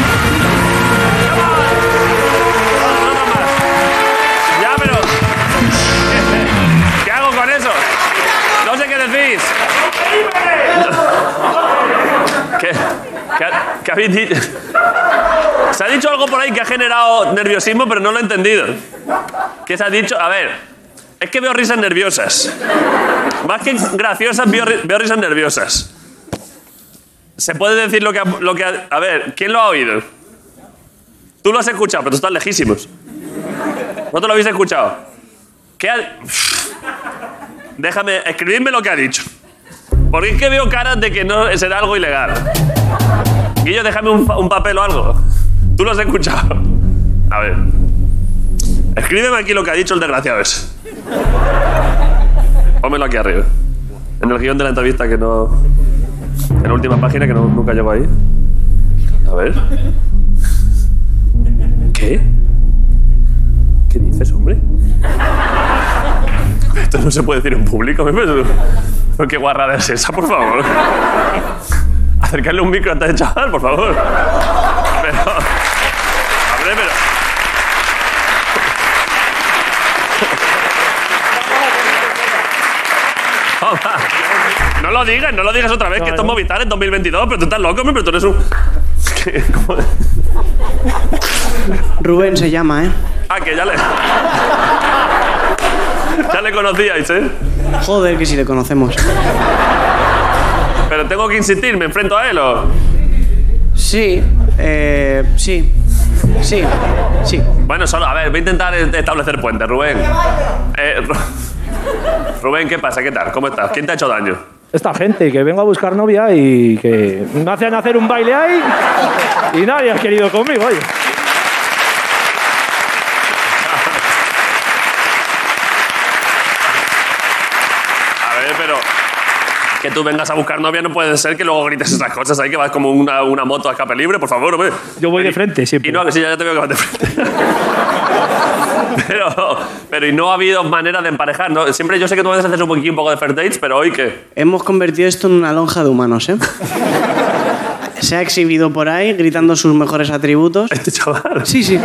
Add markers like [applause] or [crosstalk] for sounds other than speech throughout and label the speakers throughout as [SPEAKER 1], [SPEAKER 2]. [SPEAKER 1] [laughs] [laughs] ¿Qué, ha- qué habéis dicho? [laughs] Se ha dicho algo por ahí que ha generado nerviosismo, pero no lo he entendido. ¿Qué se ha dicho? A ver, es que veo risas nerviosas. Más que graciosas, veo, ri- veo risas nerviosas. ¿Se puede decir lo que, ha- lo que ha- A ver, ¿quién lo ha oído? Tú lo has escuchado, pero tú estás lejísimos. ¿No te lo habéis escuchado? ¿Qué ha- Déjame, escribidme lo que ha dicho. Porque es que veo caras de que no será algo ilegal. Guillo, déjame un, pa- un papel o algo. Tú lo has escuchado. A ver. Escríbeme aquí lo que ha dicho el desgraciado ese. Pónmelo aquí arriba. En el guión de la entrevista que no... En la última página que no- nunca llegó ahí. A ver. ¿Qué? ¿Qué dices, hombre? Esto no se puede decir en público. ¿me parece? Pero ¿Qué guarrada es esa, por favor? Acercarle un micro a este chaval, por favor. Pero... Hombre, pero... Toma. No lo digas, no lo digas otra vez, que esto es Movistar en 2022, pero tú estás loco, hombre, pero tú eres un... ¿Qué? ¿Cómo?
[SPEAKER 2] Rubén se llama, ¿eh?
[SPEAKER 1] Ah, que ya le. [laughs] ya le conocíais, ¿eh?
[SPEAKER 2] Joder, que si le conocemos.
[SPEAKER 1] Pero tengo que insistir, ¿me enfrento a él o.?
[SPEAKER 2] Sí, eh, sí, sí, sí.
[SPEAKER 1] Bueno, solo. A ver, voy a intentar est- establecer puentes, Rubén. Eh, Ru- [laughs] Rubén, ¿qué pasa? ¿Qué tal? ¿Cómo estás? ¿Quién te ha hecho daño?
[SPEAKER 3] Esta gente que vengo a buscar novia y que me hacen hacer un baile ahí y nadie ha querido conmigo, oye.
[SPEAKER 1] A ver, pero. Que tú vengas a buscar novia no puede ser que luego grites esas cosas ahí, que vas como una, una moto a escape libre, por favor, hombre.
[SPEAKER 3] Yo voy de
[SPEAKER 1] Y-
[SPEAKER 3] frente siempre.
[SPEAKER 1] Y no, que sí, ya ya te veo que vas de frente. [laughs] pero, pero, y no ha habido manera de emparejar, ¿no? Siempre yo sé que tú a veces haces un poquito un poco de fair dates, pero hoy qué. [laughs]
[SPEAKER 2] Hemos convertido esto en una lonja de humanos, ¿eh? Se ha exhibido por ahí gritando sus mejores atributos.
[SPEAKER 1] Este chaval.
[SPEAKER 2] Sí, sí.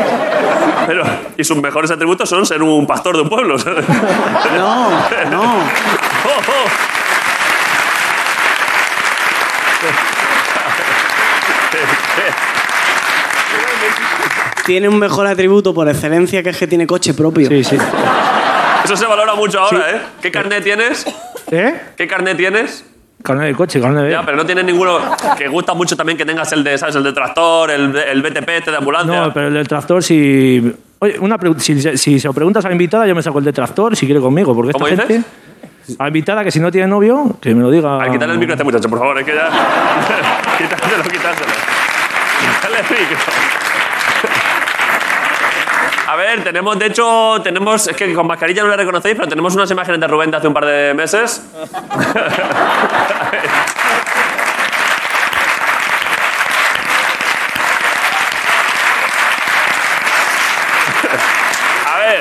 [SPEAKER 1] Pero, y sus mejores atributos son ser un pastor de un pueblo. [laughs] ¿sabes?
[SPEAKER 2] No, no.
[SPEAKER 1] Oh, oh.
[SPEAKER 2] Tiene un mejor atributo por excelencia que es que tiene coche propio.
[SPEAKER 3] Sí, sí.
[SPEAKER 1] Eso se valora mucho ahora, ¿eh? ¿Qué carnet tienes?
[SPEAKER 3] ¿Eh?
[SPEAKER 1] ¿Qué carnet tienes?
[SPEAKER 3] Carnet de coche, carnet de...
[SPEAKER 1] Ya, pero no tienes ninguno. Que gusta mucho también que tengas el de, ¿sabes? El de tractor, el, el BTP, este de ambulancia.
[SPEAKER 3] No, pero el del tractor, si... Oye, una pregu- si, si se lo preguntas a la invitada, yo me saco el de tractor si quiere conmigo, porque
[SPEAKER 1] ¿Cómo
[SPEAKER 3] esta gente...
[SPEAKER 1] dices?
[SPEAKER 3] A la invitada que si no tiene novio, que me lo diga...
[SPEAKER 1] Al quitarle el micro a este muchacho, por favor, es que ya. quítaselo, quítaselo. Quítale el micro. A ver, tenemos, de hecho, tenemos, es que con mascarilla no la reconocéis, pero tenemos unas imágenes de Rubén de hace un par de meses. [laughs] A ver,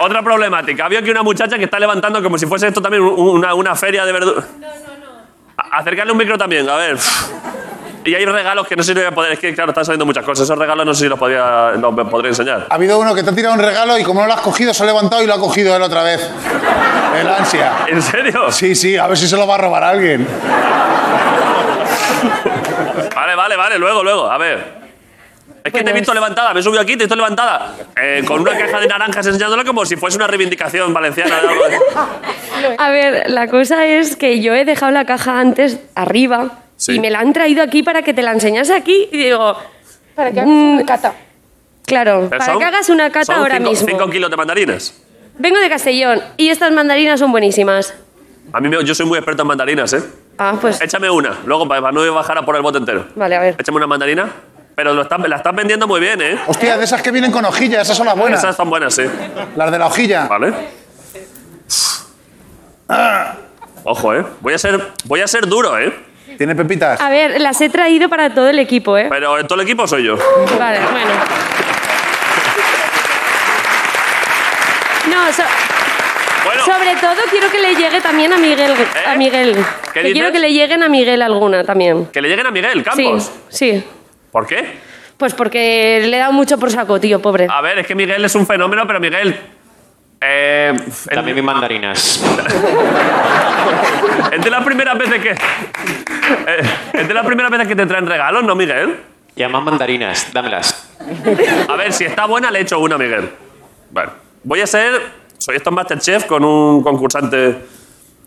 [SPEAKER 1] otra problemática. Había aquí una muchacha que está levantando como si fuese esto también un- una, una feria de verduras. No, no, no. Acercarle un micro también, a ver. Y hay regalos que no sé si voy a poder. Es que, claro, están saliendo muchas cosas. Esos regalos no sé si los, podía, los me podría enseñar.
[SPEAKER 4] Ha habido uno que te ha tirado un regalo y como no lo has cogido, se ha levantado y lo ha cogido él otra vez. El ansia.
[SPEAKER 1] ¿En serio?
[SPEAKER 4] Sí, sí, a ver si se lo va a robar alguien.
[SPEAKER 1] Vale, vale, vale, luego, luego. A ver. Es
[SPEAKER 5] Pues
[SPEAKER 1] que te he visto levantada, me he subido aquí, te he visto levantada. Eh, con una caja de naranjas enseñándola como si fuese una reivindicación valenciana. de algo.
[SPEAKER 5] A ver, la cosa es que yo he dejado la caja antes arriba
[SPEAKER 1] Sí.
[SPEAKER 5] y me la han traído aquí para que te la enseñase aquí y digo,
[SPEAKER 6] Para que
[SPEAKER 5] Mm.
[SPEAKER 6] hagas cata.
[SPEAKER 5] claro, [laughs]
[SPEAKER 1] Pero
[SPEAKER 5] para
[SPEAKER 1] son-
[SPEAKER 5] que hagas una cata
[SPEAKER 1] son
[SPEAKER 5] ahora
[SPEAKER 1] cinco-
[SPEAKER 5] mismo.
[SPEAKER 1] cinco kilos de mandarinas.
[SPEAKER 5] Vengo de Castellón y estas mandarinas son buenísimas.
[SPEAKER 1] A mí me- yo soy muy experto en mandarinas, ¿eh?
[SPEAKER 5] Ah, pues
[SPEAKER 1] Échame una, luego para, para no bajar a por el bote entero.
[SPEAKER 5] vale, a ver.
[SPEAKER 1] Échame una mandarina. Pero lo están- la estás vendiendo muy bien, ¿eh?
[SPEAKER 4] Hostia, de esas que vienen con hojilla, esas son las buenas.
[SPEAKER 1] Esas están buenas, sí.
[SPEAKER 4] Las de la hojilla.
[SPEAKER 1] Vale.
[SPEAKER 5] Ah.
[SPEAKER 1] Ojo, ¿eh? Voy a ser, voy a ser duro, ¿eh?
[SPEAKER 4] Tiene pepitas.
[SPEAKER 5] A ver, las he traído para todo el equipo, ¿eh?
[SPEAKER 1] Pero en todo el equipo soy yo.
[SPEAKER 5] Vale, bueno. No, so-
[SPEAKER 1] Bueno,
[SPEAKER 5] sobre todo quiero que le llegue también a Miguel. A Miguel.
[SPEAKER 1] ¿Eh? ¿Qué
[SPEAKER 5] Que
[SPEAKER 1] dices?
[SPEAKER 5] quiero que le lleguen a Miguel alguna también.
[SPEAKER 1] que le lleguen a Miguel Campos.
[SPEAKER 5] Sí, sí.
[SPEAKER 1] ¿Por qué?
[SPEAKER 5] Pues porque le he dado mucho por saco, tío, pobre.
[SPEAKER 1] Ah, A ver, es que Miguel es un fenómeno, pero Miguel, Eh, en-
[SPEAKER 6] También mis mandarinas.
[SPEAKER 1] es de las primeras veces que. eh, es de las primeras veces que te traen regalos, ¿no, Miguel?
[SPEAKER 6] Y además mandarinas, dámelas.
[SPEAKER 1] A ver, si está buena, le echo una, Miguel. Vale. Voy a ser. Soy esto en Masterchef con un concursante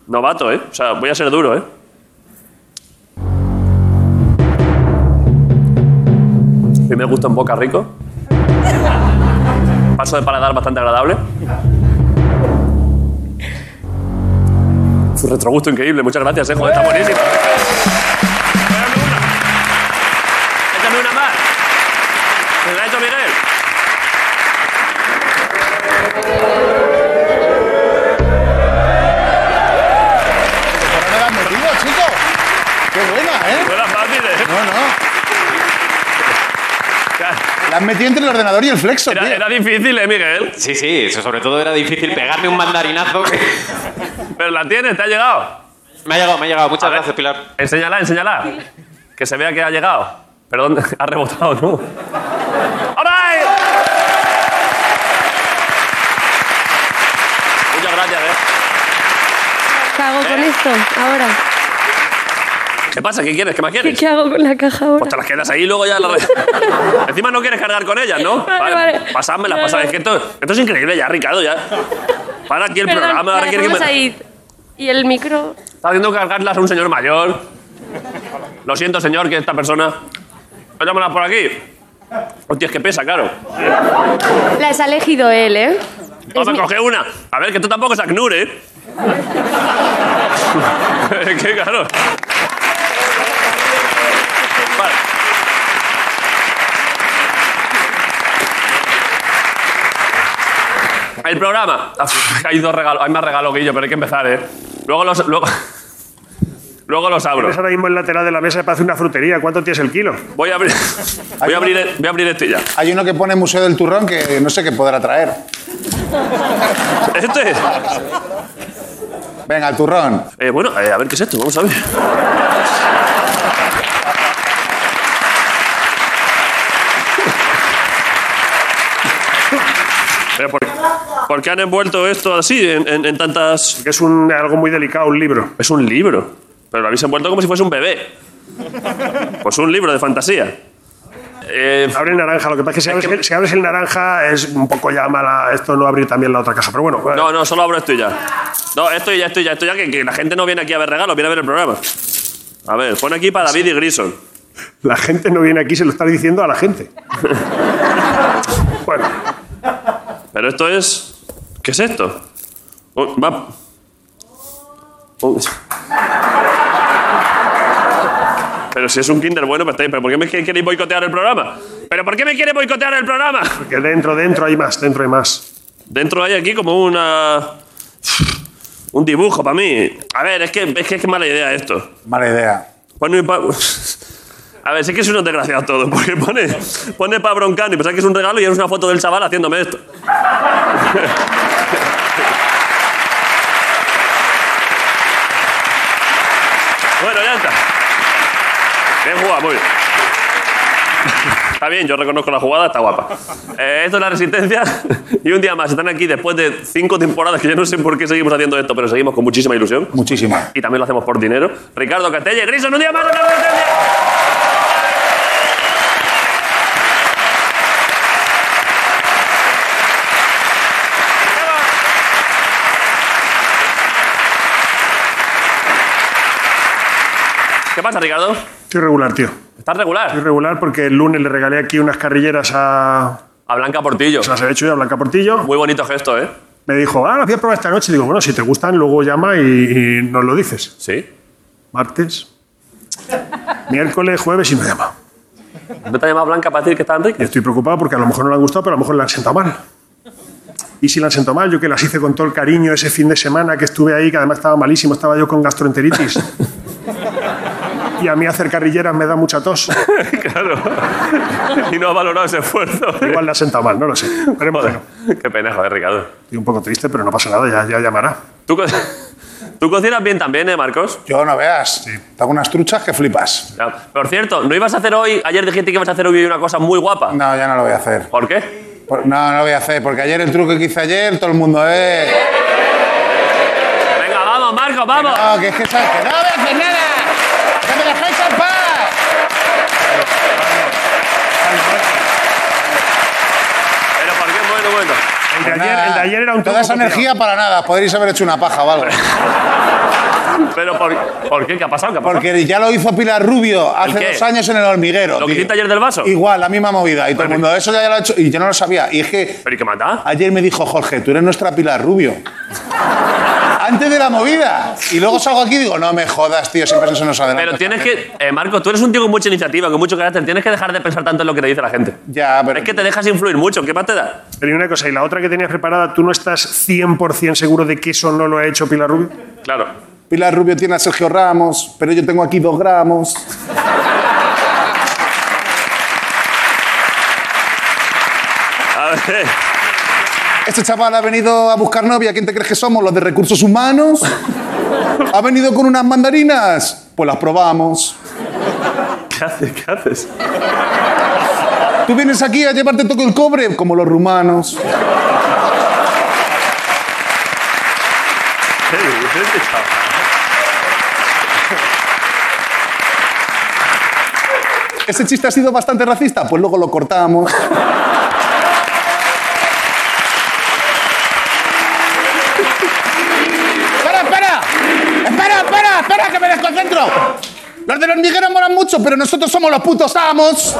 [SPEAKER 1] novato, ¿eh? O sea, voy a ser duro, ¿eh? Primer gusto en boca rico. Paso de paladar bastante agradable. Su retrogusto increíble, muchas gracias, ¿eh? Joder, está buenísimo. Échame una. Échame una más. Me la ha hecho Miguel.
[SPEAKER 4] ¿Pero no la han metido, chico? ¡Qué buena, eh!
[SPEAKER 1] No era fácil, ¿eh?
[SPEAKER 4] No, no. La han metido entre el ordenador y el flexo, tío.
[SPEAKER 1] Era, era difícil, ¿eh, Miguel?
[SPEAKER 6] Sí, sí, eso sobre todo era difícil pegarme un mandarinazo. que- [laughs]
[SPEAKER 1] Pero la tienes, te ha llegado.
[SPEAKER 6] Me ha llegado, me ha llegado. Muchas
[SPEAKER 1] A ver.
[SPEAKER 6] gracias, Pilar.
[SPEAKER 1] Enséñala, enséñala. Que se vea que ha llegado. Perdón, [laughs] ha rebotado, ¿no? ¡All right! Muchas gracias, ¿eh?
[SPEAKER 5] ¿Qué hago con esto ahora?
[SPEAKER 1] ¿Qué pasa? ¿Qué quieres? ¿Qué más
[SPEAKER 5] ¿Qué,
[SPEAKER 1] quieres?
[SPEAKER 5] qué hago con la caja ahora?
[SPEAKER 1] Pues te las quedas ahí y luego ya las...
[SPEAKER 5] [laughs]
[SPEAKER 1] Encima no quieres cargar con ellas, ¿no?
[SPEAKER 5] Vale, vale.
[SPEAKER 1] Pasádmelas,
[SPEAKER 5] No,
[SPEAKER 1] pasad.
[SPEAKER 5] no.
[SPEAKER 1] Es que esto, esto es increíble ya, Ricardo, ya. Para aquí el
[SPEAKER 5] Perdón,
[SPEAKER 1] programa, ahora
[SPEAKER 5] la
[SPEAKER 1] quiere que me...
[SPEAKER 5] dejamos ahí. Y el micro.
[SPEAKER 1] Está haciendo cargarlas a un señor mayor. Lo siento, señor, que esta persona. Échamelas por aquí. Hostia, es que pesa, claro.
[SPEAKER 5] Las ha elegido él, ¿eh?
[SPEAKER 1] Vamos a coger una. A ver, que tú tampoco es ACNUR, ¿eh? [laughs] es que, claro. Vale. El programa. Hay dos regalos. Hay más regalos, Guillo, pero hay que empezar, ¿eh? Luego los... Luego, [laughs] luego los abro.
[SPEAKER 7] Tienes ahora mismo el lateral de la mesa parece una frutería. ¿Cuánto tienes el kilo?
[SPEAKER 1] Voy a abrir. [laughs] Voy a abrir, voy a abrir este ya.
[SPEAKER 4] Hay uno que pone Museo del Turrón que no sé qué podrá traer.
[SPEAKER 1] Este es.
[SPEAKER 4] Venga, el turrón.
[SPEAKER 1] Eh, bueno, eh, a ver qué es esto, vamos a ver. Pero ¿por, por qué han envuelto esto así en, en- en tantas.?
[SPEAKER 7] Que es un, algo muy delicado, un libro.
[SPEAKER 1] Es un libro. Pero lo habéis envuelto como si fuese un bebé. Pues un libro de fantasía. Eh,
[SPEAKER 7] Abre naranja, lo que pasa es que si abres, el, si abres el naranja es un poco ya mala. Esto no abrir también la otra caja, pero bueno.
[SPEAKER 1] No, no, solo abro esto y ya. No, esto y ya, esto y ya, esto y ya, que, que la gente no viene aquí a ver regalos, viene a ver el programa. A ver, pone aquí para David y Grison.
[SPEAKER 7] La gente no viene aquí, se lo está diciendo a la gente. bueno,
[SPEAKER 1] Pero esto es... ¿Qué es esto? Un- va- un- Pero si es un kinder bueno, pues, estáis- pero ¿por qué me que- queréis boicotear el programa? ¿Pero por qué me quiere boicotear el programa?
[SPEAKER 7] que dentro, dentro hay más, dentro hay más.
[SPEAKER 1] Dentro hay aquí como una... Un dibujo para mí. A ver, es que es, que es mala idea esto.
[SPEAKER 4] Mala idea.
[SPEAKER 1] Pone pa... [laughs] A ver, sé que es unos desgraciados todos, porque pone, pone pa broncano y pensás que es un regalo y es una foto del chaval haciéndome esto. [laughs] bueno, ya está. Bien jugado, muy bien. Está bien, yo reconozco la jugada, está guapa. Eh, esto es la resistencia y un día más. Están aquí después de cinco temporadas que yo no sé por qué seguimos haciendo esto, pero seguimos con muchísima ilusión
[SPEAKER 4] Muchísima.
[SPEAKER 1] y también lo hacemos por dinero. Ricardo Castella y Grison, un día más. en la Resistencia. ¿Qué pasa, Ricardo?
[SPEAKER 7] Estoy regular, tío.
[SPEAKER 1] ¿Estás regular?
[SPEAKER 7] Estoy regular porque el lunes le regalé aquí unas carrilleras a.
[SPEAKER 1] A Blanca Portillo.
[SPEAKER 7] Se las he hecho yo a Blanca Portillo.
[SPEAKER 1] Muy bonito gesto, ¿eh?
[SPEAKER 7] Me dijo, ah, las voy a probar esta noche. Y digo, bueno, si te gustan, luego llama y, y nos lo dices.
[SPEAKER 1] Sí.
[SPEAKER 7] Martes, miércoles, jueves y no llama.
[SPEAKER 1] ¿No te ha llamado Blanca para decir que está
[SPEAKER 7] Y
[SPEAKER 1] Enrique?
[SPEAKER 7] estoy preocupado porque a lo mejor no le han gustado, pero a lo mejor la han sentado mal. Y si la han sentado mal, yo que las hice con todo el cariño ese fin de semana que estuve ahí, que además estaba malísimo, estaba yo con gastroenteritis. Y a mí hacer carrilleras me da mucha tos.
[SPEAKER 1] claro. y no ha valorado ese esfuerzo.
[SPEAKER 7] Igual la han sentado mal, no lo sé. Esperemos que no.
[SPEAKER 1] Qué pena, joder, Ricardo.
[SPEAKER 7] Estoy un poco triste, pero no pasa nada, ya, ya llamará.
[SPEAKER 1] ¿Tú, co- [laughs] tú cocinas bien también, ¿eh, Marcos?
[SPEAKER 4] Yo no veas. Tengo unas truchas que flipas.
[SPEAKER 1] Ya. Por cierto, ¿no ibas a hacer hoy? Ayer dijiste que ibas a hacer hoy una cosa muy guapa.
[SPEAKER 4] No, ya no lo voy a hacer.
[SPEAKER 1] ¿Por qué?
[SPEAKER 4] Por- No, no lo voy a hacer, porque ayer el truco que hice ayer, todo el mundo, eh.
[SPEAKER 1] Venga, vamos, Marco, vamos.
[SPEAKER 4] No, que es que sabes que no voy a hacer nada. ¡Que me dejáis en paz!
[SPEAKER 1] Pero por qué, bueno, bueno.
[SPEAKER 7] El de
[SPEAKER 4] Pues
[SPEAKER 7] ayer,
[SPEAKER 4] nada,
[SPEAKER 7] el de ayer era un
[SPEAKER 4] Toda
[SPEAKER 7] truco
[SPEAKER 4] esa
[SPEAKER 7] copiado.
[SPEAKER 4] energía para nada, podríais haber hecho una paja o algo.
[SPEAKER 1] Pero por, ¿por qué, ¿qué ha pasado? ¿Qué ha pasado?
[SPEAKER 4] Porque ya lo hizo Pilar Rubio
[SPEAKER 1] qué?
[SPEAKER 4] hace dos años en el hormiguero.
[SPEAKER 1] ¿Lo que
[SPEAKER 4] tío.
[SPEAKER 1] hiciste ayer del vaso?
[SPEAKER 4] Igual, la misma movida. Y todo el mundo, eso ya lo ha hecho. Y yo no lo sabía. Y es que
[SPEAKER 1] ¿Pero y qué mata?
[SPEAKER 4] Ayer me dijo Jorge, tú eres nuestra Pilar Rubio. Antes de la movida. Y luego salgo aquí y digo, no me jodas, tío, siempre se nos adelanta.
[SPEAKER 1] Pero tienes que. eh, Marco, tú eres un tío con mucha iniciativa, con mucho carácter. Tienes que dejar de pensar tanto en lo que te dice la gente.
[SPEAKER 4] Ya, pero.
[SPEAKER 1] Es que te dejas influir mucho. ¿Qué más te da?
[SPEAKER 7] Pero hay una cosa, y la otra que tenías preparada, ¿tú no estás 100% seguro de que eso no lo ha hecho Pilar Rubio?
[SPEAKER 1] Claro.
[SPEAKER 4] Pilar Rubio tiene a Sergio Ramos, pero yo tengo aquí dos gramos.
[SPEAKER 1] A ver.
[SPEAKER 4] Este chaval ha venido a buscar novia. ¿Quién te crees que somos? ¿Los de recursos humanos? ¿Ha venido con unas mandarinas? Pues las probamos.
[SPEAKER 1] ¿Qué haces? [laughs] ¿Qué haces?
[SPEAKER 4] Tú vienes aquí a llevarte todo el cobre, como los rumanos.
[SPEAKER 1] ¿Qué dices, chaval?
[SPEAKER 4] ¿Ese chiste ha sido bastante racista? Pues luego lo cortamos. ¡Espera, espera! ¡Espera, espera! ¡Espera, que me desconcentro! Los de los hormiguero molan mucho, pero nosotros somos los putos amos.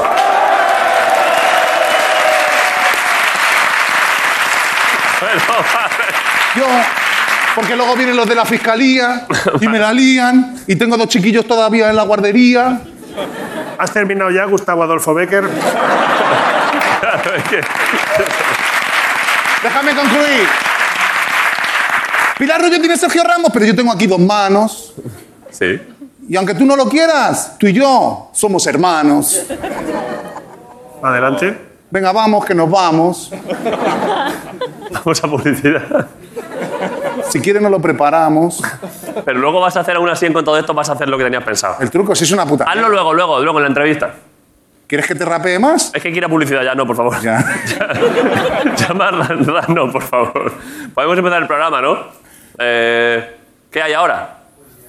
[SPEAKER 4] Yo, porque luego vienen los de la fiscalía y me la lían. Y tengo dos chiquillos todavía en la guardería.
[SPEAKER 7] ¿Has terminado ya, Gustavo Adolfo Becker?
[SPEAKER 4] Déjame concluir. Pilar Rubio tiene Sergio Ramos, pero yo tengo aquí dos manos.
[SPEAKER 1] Sí.
[SPEAKER 4] Y aunque tú no lo quieras, tú y yo somos hermanos.
[SPEAKER 7] Adelante.
[SPEAKER 4] Venga, vamos, que nos vamos.
[SPEAKER 1] Vamos a publicidad.
[SPEAKER 4] Si quieres, nos lo preparamos.
[SPEAKER 1] Pero luego vas a hacer aún así en con todo esto, vas a hacer lo que tenías pensado.
[SPEAKER 4] El truco, si es una puta.
[SPEAKER 1] Hazlo luego, luego, luego en la entrevista.
[SPEAKER 4] ¿Quieres que te rapee más?
[SPEAKER 1] Es que quiera publicidad ya, no, por favor.
[SPEAKER 4] Ya.
[SPEAKER 1] [laughs] Llamar no, por favor. Podemos empezar el programa, ¿no? Eh, ¿Qué hay ahora?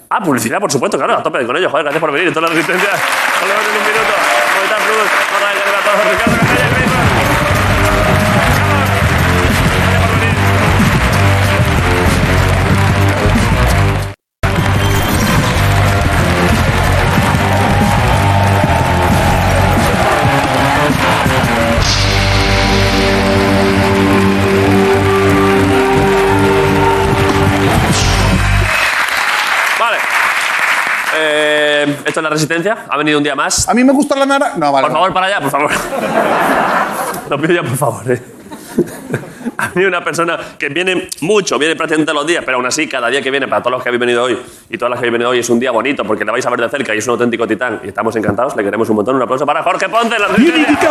[SPEAKER 1] Ah, publicidad, por supuesto, claro, a tope con ellos. Joder, gracias por venir. Toda la resistencia. Nos vemos en un minuto. Movistar Plus. Hola, que a todos. Ricardo Castells, Pedro. Gracias por venir. Vale. Eh, esto es la resistencia. Ha venido un día más.
[SPEAKER 4] A mí me gusta la naranja. No, vale.
[SPEAKER 1] Por favor, para allá, por favor. Lo pido ya, por favor. eh. Ha venido una persona que viene mucho, viene prácticamente todos los días, pero aún así, cada día que viene, para todos los que habéis venido hoy y todas las que habéis venido hoy, es un día bonito porque le vais a ver de cerca y es un auténtico titán. Y estamos encantados, le queremos un montón. Un aplauso para Jorge Ponce. La Resistencia.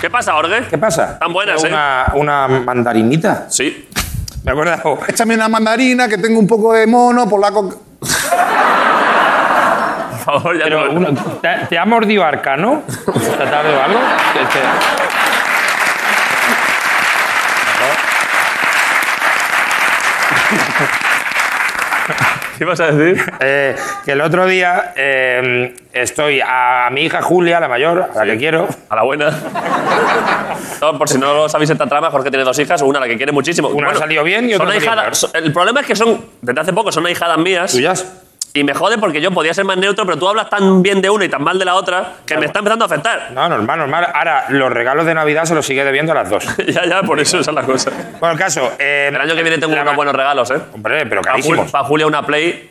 [SPEAKER 1] ¿Qué pasa, Jorge?
[SPEAKER 8] ¿Qué pasa?
[SPEAKER 1] Tan buenas, ¿eh?
[SPEAKER 8] una, una mandarinita.
[SPEAKER 1] Sí.
[SPEAKER 8] ¿Me acuerdas?
[SPEAKER 4] Échame una mandarina, que tengo un poco de mono por la coca.
[SPEAKER 1] Por favor, ya
[SPEAKER 8] Pero
[SPEAKER 1] no-
[SPEAKER 8] una- te, te ha mordido arcano esta tarde o algo. Te- te-
[SPEAKER 1] ¿Qué ibas a decir?
[SPEAKER 8] eh, que el otro día eh, estoy a, mi hija Julia, la mayor, a la que quiero.
[SPEAKER 1] A
[SPEAKER 8] [laughs]
[SPEAKER 1] la buena. No, por si no lo sabéis esta trama, Jorge tiene dos hijas, una a la que quiere muchísimo.
[SPEAKER 8] Una ha salido bien y otra
[SPEAKER 1] son
[SPEAKER 8] ha salido
[SPEAKER 1] ahijada-
[SPEAKER 8] peor.
[SPEAKER 1] so- El problema es que son, desde hace poco, son ahijadas mías.
[SPEAKER 8] ¿Tuyas?
[SPEAKER 1] Y me jode porque yo podía ser más neutro, pero tú hablas tan bien de una y tan mal de la otra que me está empezando a afectar.
[SPEAKER 8] No, normal, normal. Ahora, los regalos de Navidad se los sigue debiendo a las dos.
[SPEAKER 1] [laughs] ya, ya, por eso esa es la cosa.
[SPEAKER 8] Bueno, el caso. eh,
[SPEAKER 1] El año que viene tengo
[SPEAKER 8] la
[SPEAKER 1] unos
[SPEAKER 8] ma-
[SPEAKER 1] buenos regalos, ¿eh?
[SPEAKER 8] Hombre, pero
[SPEAKER 1] Para
[SPEAKER 8] carísimos.
[SPEAKER 1] Julia una Play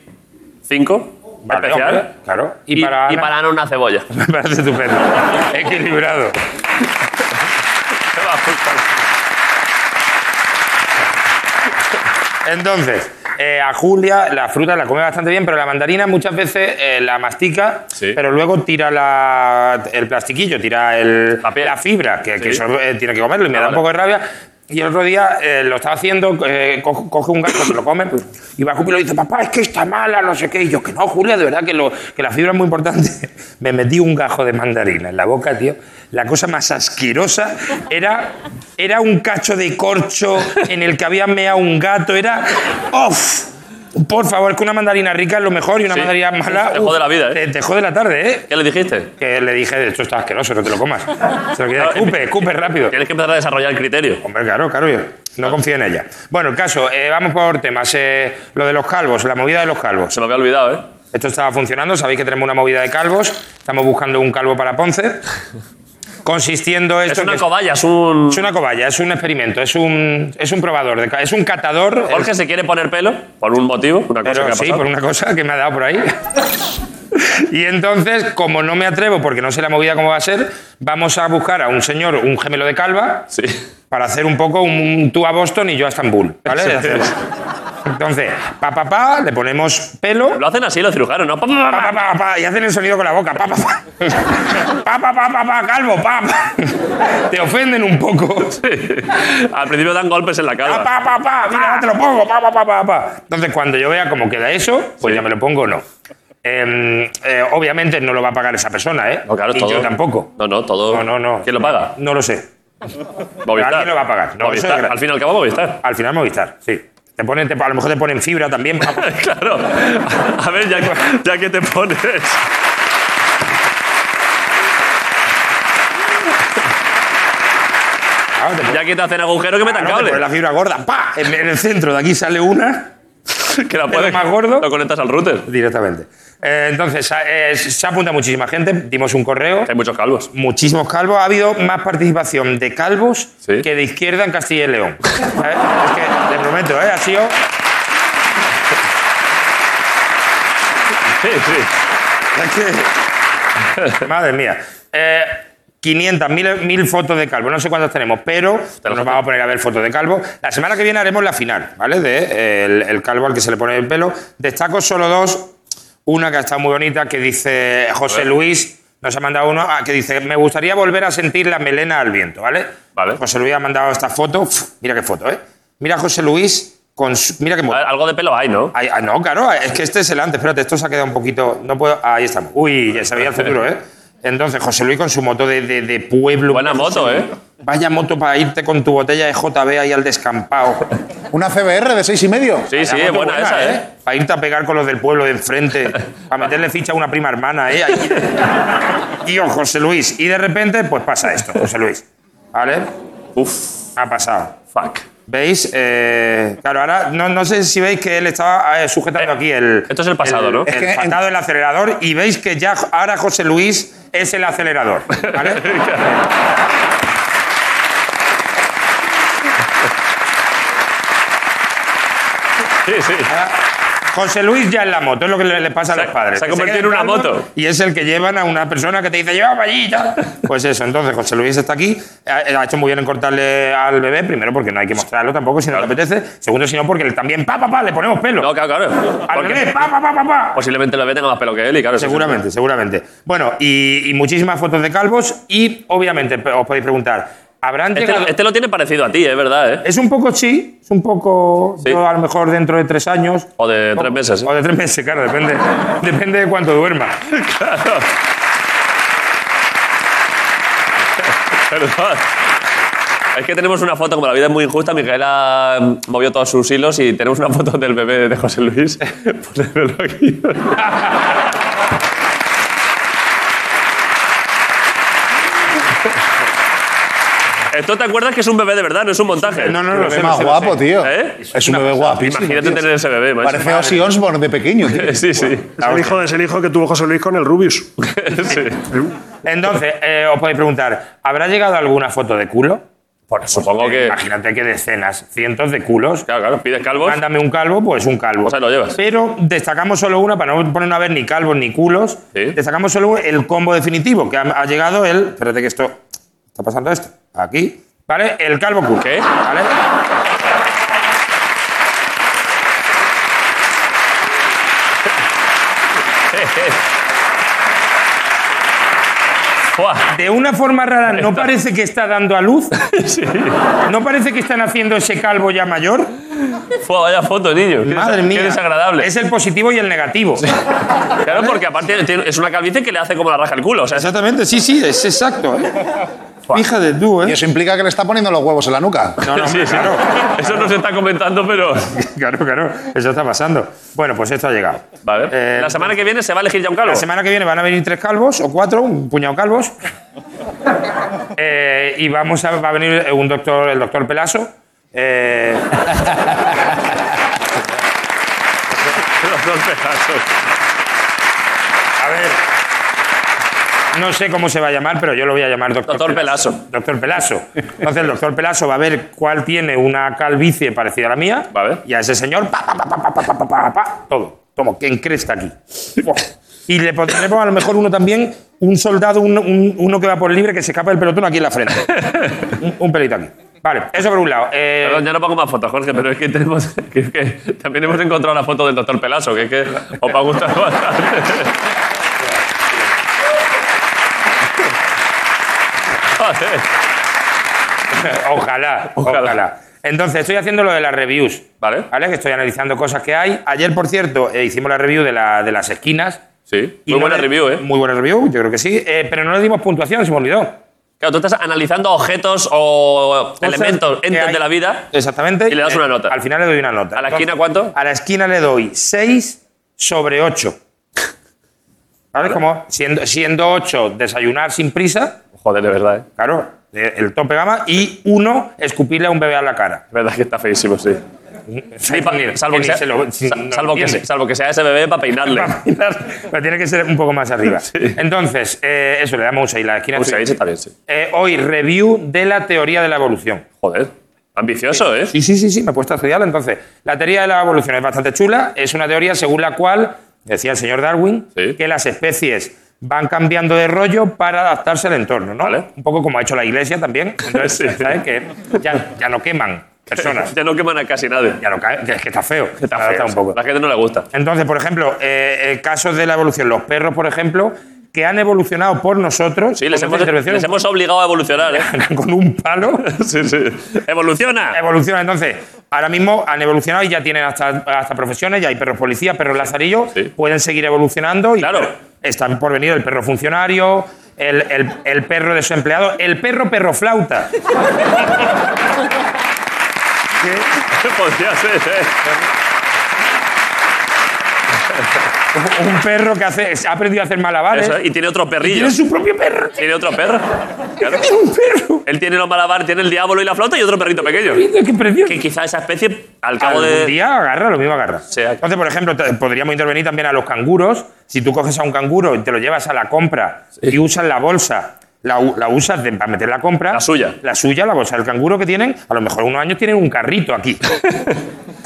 [SPEAKER 1] 5
[SPEAKER 8] Vale,
[SPEAKER 1] especial.
[SPEAKER 8] hombre, claro.
[SPEAKER 1] Y, y para Ana?
[SPEAKER 8] Ana-
[SPEAKER 1] una cebolla.
[SPEAKER 8] [laughs] Me parece estupendo. Equilibrado. Entonces, eh, a Julia la fruta la come bastante bien, pero la mandarina muchas veces eh, la mastica,
[SPEAKER 9] Sí.
[SPEAKER 8] pero luego tira la- el plastiquillo, tira el-
[SPEAKER 1] La piel.
[SPEAKER 8] la fibra, que, que
[SPEAKER 1] Sí.
[SPEAKER 8] eso eh, tiene que comerlo y me
[SPEAKER 1] Ah,
[SPEAKER 8] da
[SPEAKER 1] vale.
[SPEAKER 8] un poco de rabia. Y el otro día eh, lo estaba haciendo, eh, co- coge un gato, se lo come, y va a y le dice, papá, es que está mala, no sé qué. Y yo, que no, Julia, de verdad que, lo- que la fibra es muy importante. [laughs] Me metí un gajo de mandarina en la boca, tío. La cosa más asquerosa era, era un cacho de corcho en el que había meado un gato. Era, ¡off! Por favor, que una mandarina rica es lo mejor y una
[SPEAKER 1] Sí.
[SPEAKER 8] mandarina mala...
[SPEAKER 1] Te jode
[SPEAKER 8] uf,
[SPEAKER 1] la vida, ¿eh?
[SPEAKER 8] Te, te jode la tarde, ¿eh?
[SPEAKER 1] ¿Qué le dijiste?
[SPEAKER 8] Que le dije, esto está asqueroso, no te lo comas. Se lo quité, escupe, escupe rápido.
[SPEAKER 1] Ah, Tienes que empezar a desarrollar el criterio.
[SPEAKER 8] Hombre, claro, claro, yo no confío en ella. Bueno, el caso, eh, vamos por temas. eh, lo de los calvos, la movida de los calvos.
[SPEAKER 1] Se me había olvidado, ¿eh?
[SPEAKER 8] Esto estaba funcionando, sabéis que tenemos una movida de calvos. Estamos buscando un calvo para Ponce. Consistiendo
[SPEAKER 1] Es
[SPEAKER 8] esto. en
[SPEAKER 1] una
[SPEAKER 8] que
[SPEAKER 1] cobaya, es un.
[SPEAKER 8] es una cobaya, es un experimento, es un, es un probador, de ca- es un catador.
[SPEAKER 1] Jorge se quiere poner pelo por un motivo, una cosa
[SPEAKER 8] Pero
[SPEAKER 1] que ha
[SPEAKER 8] sí,
[SPEAKER 1] pasado.
[SPEAKER 8] por una cosa que me ha dado por ahí. Y entonces, como no me atrevo, porque no sé la movida cómo va a ser, vamos a buscar a un señor, un gemelo de calva,
[SPEAKER 1] Sí.
[SPEAKER 8] para hacer un poco un tú a Boston y yo a Estambul. ¿Vale?
[SPEAKER 1] Sí.
[SPEAKER 8] Hacemos. Entonces, pa, pa, pa, le ponemos pelo.
[SPEAKER 1] Lo hacen así los cirujanos, ¿no? Pa,
[SPEAKER 8] Pa,
[SPEAKER 1] pa, pa, pa.
[SPEAKER 8] pa, pa, pa, y hacen el sonido con la boca. Pa, pa, pa. Pa, pa, pa, pa, pa, calvo, pa, pa. Te ofenden un poco.
[SPEAKER 1] Al principio dan golpes en la
[SPEAKER 8] Pa, pa,
[SPEAKER 1] cara.
[SPEAKER 8] pa,
[SPEAKER 7] Ah,
[SPEAKER 8] pa, mira, te lo pongo. Pa, pa, pa, pa, pa. Entonces, cuando yo vea cómo queda eso, pues ya me lo pongo o no.
[SPEAKER 4] Em,
[SPEAKER 8] Eh, eh, obviamente no lo va a pagar esa persona, ¿eh?
[SPEAKER 1] No, claro,
[SPEAKER 8] Ni
[SPEAKER 1] todo.
[SPEAKER 8] yo tampoco.
[SPEAKER 1] No, no, todo.
[SPEAKER 8] No, no, no.
[SPEAKER 1] ¿Quién lo paga?
[SPEAKER 8] No lo sé.
[SPEAKER 1] Movistar.
[SPEAKER 8] alguien lo va a Ah, pagar. No, eso es
[SPEAKER 1] Movistar.
[SPEAKER 8] gratis.
[SPEAKER 1] Al fin y al cabo, Movistar.
[SPEAKER 8] Al final Movistar, sí. Te ponen, te- a lo mejor te ponen fibra también.
[SPEAKER 1] [laughs] claro. A ver, ya, ya que te pones.
[SPEAKER 8] Claro, te ponen-
[SPEAKER 1] Ya que te hacen agujero, que metan
[SPEAKER 8] claro, te
[SPEAKER 1] cable.
[SPEAKER 8] ponen la fibra gorda. ¡Pa! En, en el centro de aquí sale una
[SPEAKER 1] Que la puedes.
[SPEAKER 8] más gordo.
[SPEAKER 1] Lo conectas al router.
[SPEAKER 8] directamente. Eh, entonces, eh, se apunta muchísima gente. Dimos un correo.
[SPEAKER 1] Hay muchos calvos.
[SPEAKER 8] muchísimos calvos. Ha habido más participación de calvos
[SPEAKER 1] Sí.
[SPEAKER 8] que de izquierda en Castilla y León. [laughs] ¿Sabes? es que, te prometo, ¿eh? ha sido.
[SPEAKER 1] Sí, sí.
[SPEAKER 8] es que- Madre mía. Eh, 500, 1000, 1000 fotos de calvo. No sé cuántas tenemos, pero no nos vamos a poner a ver fotos de calvo. La semana que viene haremos la final, ¿vale? De eh, el, el calvo al que se le pone el pelo. Destaco solo dos. Una que ha estado muy bonita, que dice José Luis. Nos ha mandado uno ah, que dice, me gustaría volver a sentir la melena al viento, ¿vale?
[SPEAKER 1] Vale.
[SPEAKER 8] José Luis ha mandado esta foto. Uf, mira qué foto, ¿eh? Mira a José Luis con su- Mira qué
[SPEAKER 1] A
[SPEAKER 8] mono.
[SPEAKER 1] ver, algo de pelo hay, ¿no?
[SPEAKER 8] Ay, ah, no, claro, es que este es el antes. Espérate, esto se ha quedado un poquito. No puedo. Ahí estamos. Uy, ya se veía el futuro, ¿eh? Entonces, José Luis con su moto de, de- de pueblo.
[SPEAKER 1] Buena moto, ¿eh?
[SPEAKER 8] Vaya moto para irte con tu botella de JB ahí al descampado.
[SPEAKER 4] Una CBR de seis y medio.
[SPEAKER 1] Sí, sí, es
[SPEAKER 8] moto
[SPEAKER 1] buena esa, ¿eh?
[SPEAKER 8] Para irte a pegar con los del pueblo de enfrente. A meterle ficha a una prima hermana, ¿eh? Ahí. Tío, José Luis. Y de repente, pues pasa esto, José Luis. ¿Vale?
[SPEAKER 1] Uf,
[SPEAKER 8] Ha pasado.
[SPEAKER 1] fuck.
[SPEAKER 8] ¿Veis? Eh, claro, ahora no, no sé si veis que él estaba eh, sujetando
[SPEAKER 1] Eh,
[SPEAKER 8] aquí el.
[SPEAKER 1] esto es el pasado, ¿no?
[SPEAKER 8] El
[SPEAKER 4] Es que en-
[SPEAKER 8] pasado, el acelerador, y veis que ya ahora José Luis es el acelerador. ¿Vale?
[SPEAKER 1] [laughs] Sí, sí.
[SPEAKER 8] Ahora, José Luis ya en la moto, es lo que le, le pasa
[SPEAKER 1] Se ha-
[SPEAKER 8] a los padres.
[SPEAKER 1] se ha
[SPEAKER 8] Que
[SPEAKER 1] convertido
[SPEAKER 8] queda
[SPEAKER 1] en una
[SPEAKER 8] calvo
[SPEAKER 1] moto.
[SPEAKER 8] Y es el que llevan a una persona que te dice, llévame allí. ya". Pues eso, entonces José Luis está aquí. Ha, ha hecho muy bien en cortarle al bebé, primero porque no hay que mostrarlo tampoco si no le apetece. Segundo, si no, porque le- también, pa, pa, pa, le ponemos pelo.
[SPEAKER 1] No, claro, claro.
[SPEAKER 8] al
[SPEAKER 1] Porque
[SPEAKER 8] bebé, pa, pa, pa, pa, pa.
[SPEAKER 1] posiblemente lo ve tenga más pelo que él y claro. eso sí.
[SPEAKER 8] Seguramente, seguramente. Bueno, y, y muchísimas fotos de calvos y obviamente pe- os podéis preguntar, ¿habrán
[SPEAKER 1] Este,
[SPEAKER 8] llegado?
[SPEAKER 1] este lo tiene parecido a ti, es verdad, ¿eh?
[SPEAKER 8] Es un poco sí, es un poco
[SPEAKER 1] Sí.
[SPEAKER 8] yo a lo mejor dentro de tres años.
[SPEAKER 1] O de tres meses, [laughs] ¿eh?
[SPEAKER 8] O de tres meses, claro, depende, [laughs] depende de cuánto duerma.
[SPEAKER 1] Perdón. Es que tenemos una foto, como la vida es muy injusta, Micaela mm, movió todos sus hilos y tenemos una foto del bebé de José Luis. [laughs] Ponedmelo aquí. ¿Esto te acuerdas que es un bebé de verdad? No es un montaje.
[SPEAKER 8] No, no,
[SPEAKER 4] Lo
[SPEAKER 8] lo sé,
[SPEAKER 4] ve
[SPEAKER 8] lo
[SPEAKER 4] más
[SPEAKER 8] sé, lo
[SPEAKER 4] guapo,
[SPEAKER 8] sé.
[SPEAKER 4] tío.
[SPEAKER 1] ¿Eh?
[SPEAKER 4] Es un bebé guapísimo.
[SPEAKER 1] Imagínate
[SPEAKER 4] tío.
[SPEAKER 1] tener ese bebé, macho.
[SPEAKER 4] Parece Ozzy Osbourne de pequeño,
[SPEAKER 1] [laughs]
[SPEAKER 4] tío.
[SPEAKER 1] Sí, sí.
[SPEAKER 7] Es el, hijo, es el hijo que tuvo José Luis con el Rubius.
[SPEAKER 1] sí.
[SPEAKER 8] Entonces, eh, os podéis preguntar, ¿habrá llegado alguna foto de culo? Pues,
[SPEAKER 1] Bueno, Pues supongo que.
[SPEAKER 8] Imagínate que decenas, cientos de culos.
[SPEAKER 1] Claro, claro, pides calvos.
[SPEAKER 8] Mándame un calvo, pues un calvo.
[SPEAKER 1] Pues ahí lo llevas.
[SPEAKER 8] Pero destacamos solo una, para no ponernos a ver ni calvos ni culos.
[SPEAKER 1] Sí.
[SPEAKER 8] Destacamos solo el combo definitivo, que ha, ha llegado el. Espérate que esto. Está pasando esto. Aquí. ¿Vale? El calvo culo.
[SPEAKER 1] ¿Qué?
[SPEAKER 8] ¿Vale?
[SPEAKER 1] Buah.
[SPEAKER 8] De una forma rara, ¿no parece que está dando a luz?
[SPEAKER 1] [laughs] Sí.
[SPEAKER 8] ¿No parece que están haciendo ese calvo ya mayor?
[SPEAKER 1] Fua, vaya foto, niño. Qué
[SPEAKER 8] Madre
[SPEAKER 1] desa-
[SPEAKER 8] mía.
[SPEAKER 1] Qué desagradable.
[SPEAKER 8] Es el positivo y el negativo.
[SPEAKER 1] Claro, porque aparte tiene- es una calvicie que le hace como la raja el culo. O sea, es-
[SPEAKER 8] Exactamente, sí, sí, es exacto. ¿eh? Fíjate tú,
[SPEAKER 4] Y
[SPEAKER 8] ¿eh?
[SPEAKER 4] eso implica que le está poniendo los huevos en la nuca.
[SPEAKER 8] No, no,
[SPEAKER 1] sí, sí.
[SPEAKER 8] claro.
[SPEAKER 1] [laughs] Eso no se está comentando, pero.
[SPEAKER 8] Claro, claro. Eso está pasando. Bueno, pues esto ha llegado.
[SPEAKER 1] Vale.
[SPEAKER 8] Eh,
[SPEAKER 1] la semana que viene se va a elegir ya un calvo.
[SPEAKER 8] La semana que viene van a venir tres calvos o cuatro, un puñado
[SPEAKER 1] [laughs]
[SPEAKER 8] calvos. Eh, y vamos a, va a venir un doctor, el doctor Pelaso. Eh,
[SPEAKER 1] [laughs] Los dos pedazos.
[SPEAKER 8] a ver. No sé cómo se va a llamar, pero yo lo voy a llamar doctor,
[SPEAKER 1] Doctor Pelaso.
[SPEAKER 8] Doctor Pelaso. Entonces, el doctor Pelaso va a ver cuál tiene una calvicie parecida a la mía.
[SPEAKER 1] Vale.
[SPEAKER 8] Y a ese señor, pa, pa, pa, pa, pa, pa, pa, pa, pa, todo. Como que encresta aquí. Buah. Y le pondremos a lo mejor uno también, un soldado, un- un- uno que va por libre, que se escapa del pelotón aquí en la
[SPEAKER 1] [laughs]
[SPEAKER 8] frente. un, un pelito aquí. Vale, eso por un lado. Eh,
[SPEAKER 1] Perdón, ya no pongo más fotos, Jorge, pero es que, tenemos, que es que también hemos encontrado la foto del doctor Pelazo, que es que os va a gustar bastante. [laughs] Joder.
[SPEAKER 8] Ojalá,
[SPEAKER 1] Ojalá.
[SPEAKER 8] ojalá, Entonces, estoy haciendo lo de las reviews.
[SPEAKER 1] Vale.
[SPEAKER 8] ¿Vale? Que estoy analizando cosas que hay. Ayer, por cierto, eh, hicimos la review de, la- de las esquinas.
[SPEAKER 1] Sí,
[SPEAKER 8] Y no
[SPEAKER 1] muy buena
[SPEAKER 8] le-
[SPEAKER 1] review, ¿eh?
[SPEAKER 8] Muy buena review, yo creo que sí. Eh, pero no le dimos puntuación, se me olvidó.
[SPEAKER 1] Claro, tú estás analizando objetos o
[SPEAKER 8] Cosas
[SPEAKER 1] elementos,
[SPEAKER 8] que
[SPEAKER 1] entes
[SPEAKER 8] hay-
[SPEAKER 1] de la vida.
[SPEAKER 8] Exactamente.
[SPEAKER 1] Y le das
[SPEAKER 8] Eh,
[SPEAKER 1] una nota.
[SPEAKER 8] Al final le doy una nota.
[SPEAKER 1] ¿A la esquina cuánto?
[SPEAKER 8] A la esquina le doy 6 sobre 8. ¿Sabes cómo? Siendo, siendo 8, desayunar sin prisa,
[SPEAKER 1] Joder, de verdad, ¿eh?
[SPEAKER 8] claro, eh, el tope gama, y 1, escupirle a un bebé a la cara.
[SPEAKER 1] De verdad que está feísimo, sí.
[SPEAKER 8] Ni- ni-
[SPEAKER 1] salvo, que
[SPEAKER 8] ni
[SPEAKER 1] sea,
[SPEAKER 8] se lo-
[SPEAKER 1] sa-
[SPEAKER 8] no lo
[SPEAKER 1] salvo,
[SPEAKER 8] [laughs]
[SPEAKER 1] que,
[SPEAKER 8] entiende.
[SPEAKER 1] se- salvo que sea ese bebé
[SPEAKER 8] [laughs]
[SPEAKER 1] para peinarle.
[SPEAKER 8] Para bailar, Pero tiene que ser un poco más arriba. Entonces, eh, eso, le damos un 6. La esquina
[SPEAKER 1] Un
[SPEAKER 8] estoy-
[SPEAKER 1] seis está bien, sí.
[SPEAKER 8] Eh, hoy, review de la teoría de la evolución.
[SPEAKER 1] Joder, ambicioso, ¿eh?
[SPEAKER 8] Sí, sí, sí, sí, me he puesto a estudiarla. Entonces, la teoría de la evolución es bastante chula. Es una teoría según la cual, decía el señor Darwin,
[SPEAKER 1] Sí.
[SPEAKER 8] que las especies van cambiando de rollo para adaptarse al entorno, ¿no?
[SPEAKER 1] Vale.
[SPEAKER 8] Un poco como ha hecho la iglesia también. Entonces,
[SPEAKER 1] [laughs] Sí.
[SPEAKER 8] ¿sabes? Que ya, ya no queman personas.
[SPEAKER 1] Ya no queman a casi nadie.
[SPEAKER 8] Ya no caen, que es que está feo.
[SPEAKER 1] Está
[SPEAKER 8] Ahora
[SPEAKER 1] feo,
[SPEAKER 8] un poco.
[SPEAKER 1] La gente no le gusta.
[SPEAKER 8] Entonces, por ejemplo, eh, eh, casos de la evolución. Los perros, por ejemplo, que han evolucionado por nosotros.
[SPEAKER 1] Sí, les
[SPEAKER 8] con
[SPEAKER 1] hemos,
[SPEAKER 8] nuestra intervención,
[SPEAKER 1] les hemos obligado a
[SPEAKER 8] [laughs]
[SPEAKER 1] evolucionar, ¿eh?
[SPEAKER 8] Con un
[SPEAKER 1] [laughs]
[SPEAKER 8] palo.
[SPEAKER 1] Sí, sí. [laughs] ¡Evoluciona!
[SPEAKER 8] Evoluciona, entonces. Ahora mismo han evolucionado y ya tienen hasta, hasta profesiones, ya hay perros policías, perros lazarillos,
[SPEAKER 1] sí.
[SPEAKER 8] pueden seguir evolucionando y
[SPEAKER 1] Claro.
[SPEAKER 8] están por venir el perro funcionario, el, el- el perro de su empleado, el perro perro flauta. [laughs]
[SPEAKER 1] Podría ser, ¿eh?
[SPEAKER 8] Un perro que hace, ha aprendido a hacer malabares.
[SPEAKER 1] Eso, ¿eh? Y tiene otro perrillo.
[SPEAKER 8] Tiene su propio perro.
[SPEAKER 1] Tiene otro perro. Claro.
[SPEAKER 8] Tiene [laughs] un perro.
[SPEAKER 1] Él tiene los malabar, tiene el diablo y la flauta y otro perrito pequeño.
[SPEAKER 8] Qué precioso.
[SPEAKER 1] Que quizá esa especie, al cabo
[SPEAKER 8] Algún
[SPEAKER 1] de.
[SPEAKER 8] día agarra, lo mismo agarra.
[SPEAKER 1] Sí, hay-
[SPEAKER 8] Entonces, por ejemplo, te- podríamos intervenir también a los canguros. Si tú coges a un canguro y te lo llevas a la compra y usas la bolsa, la, u- la usas de- para meter la compra.
[SPEAKER 1] La suya.
[SPEAKER 8] La suya, la bolsa del canguro que tienen, a lo mejor unos años tienen un carrito
[SPEAKER 1] [laughs]
[SPEAKER 8] aquí. ¿eh?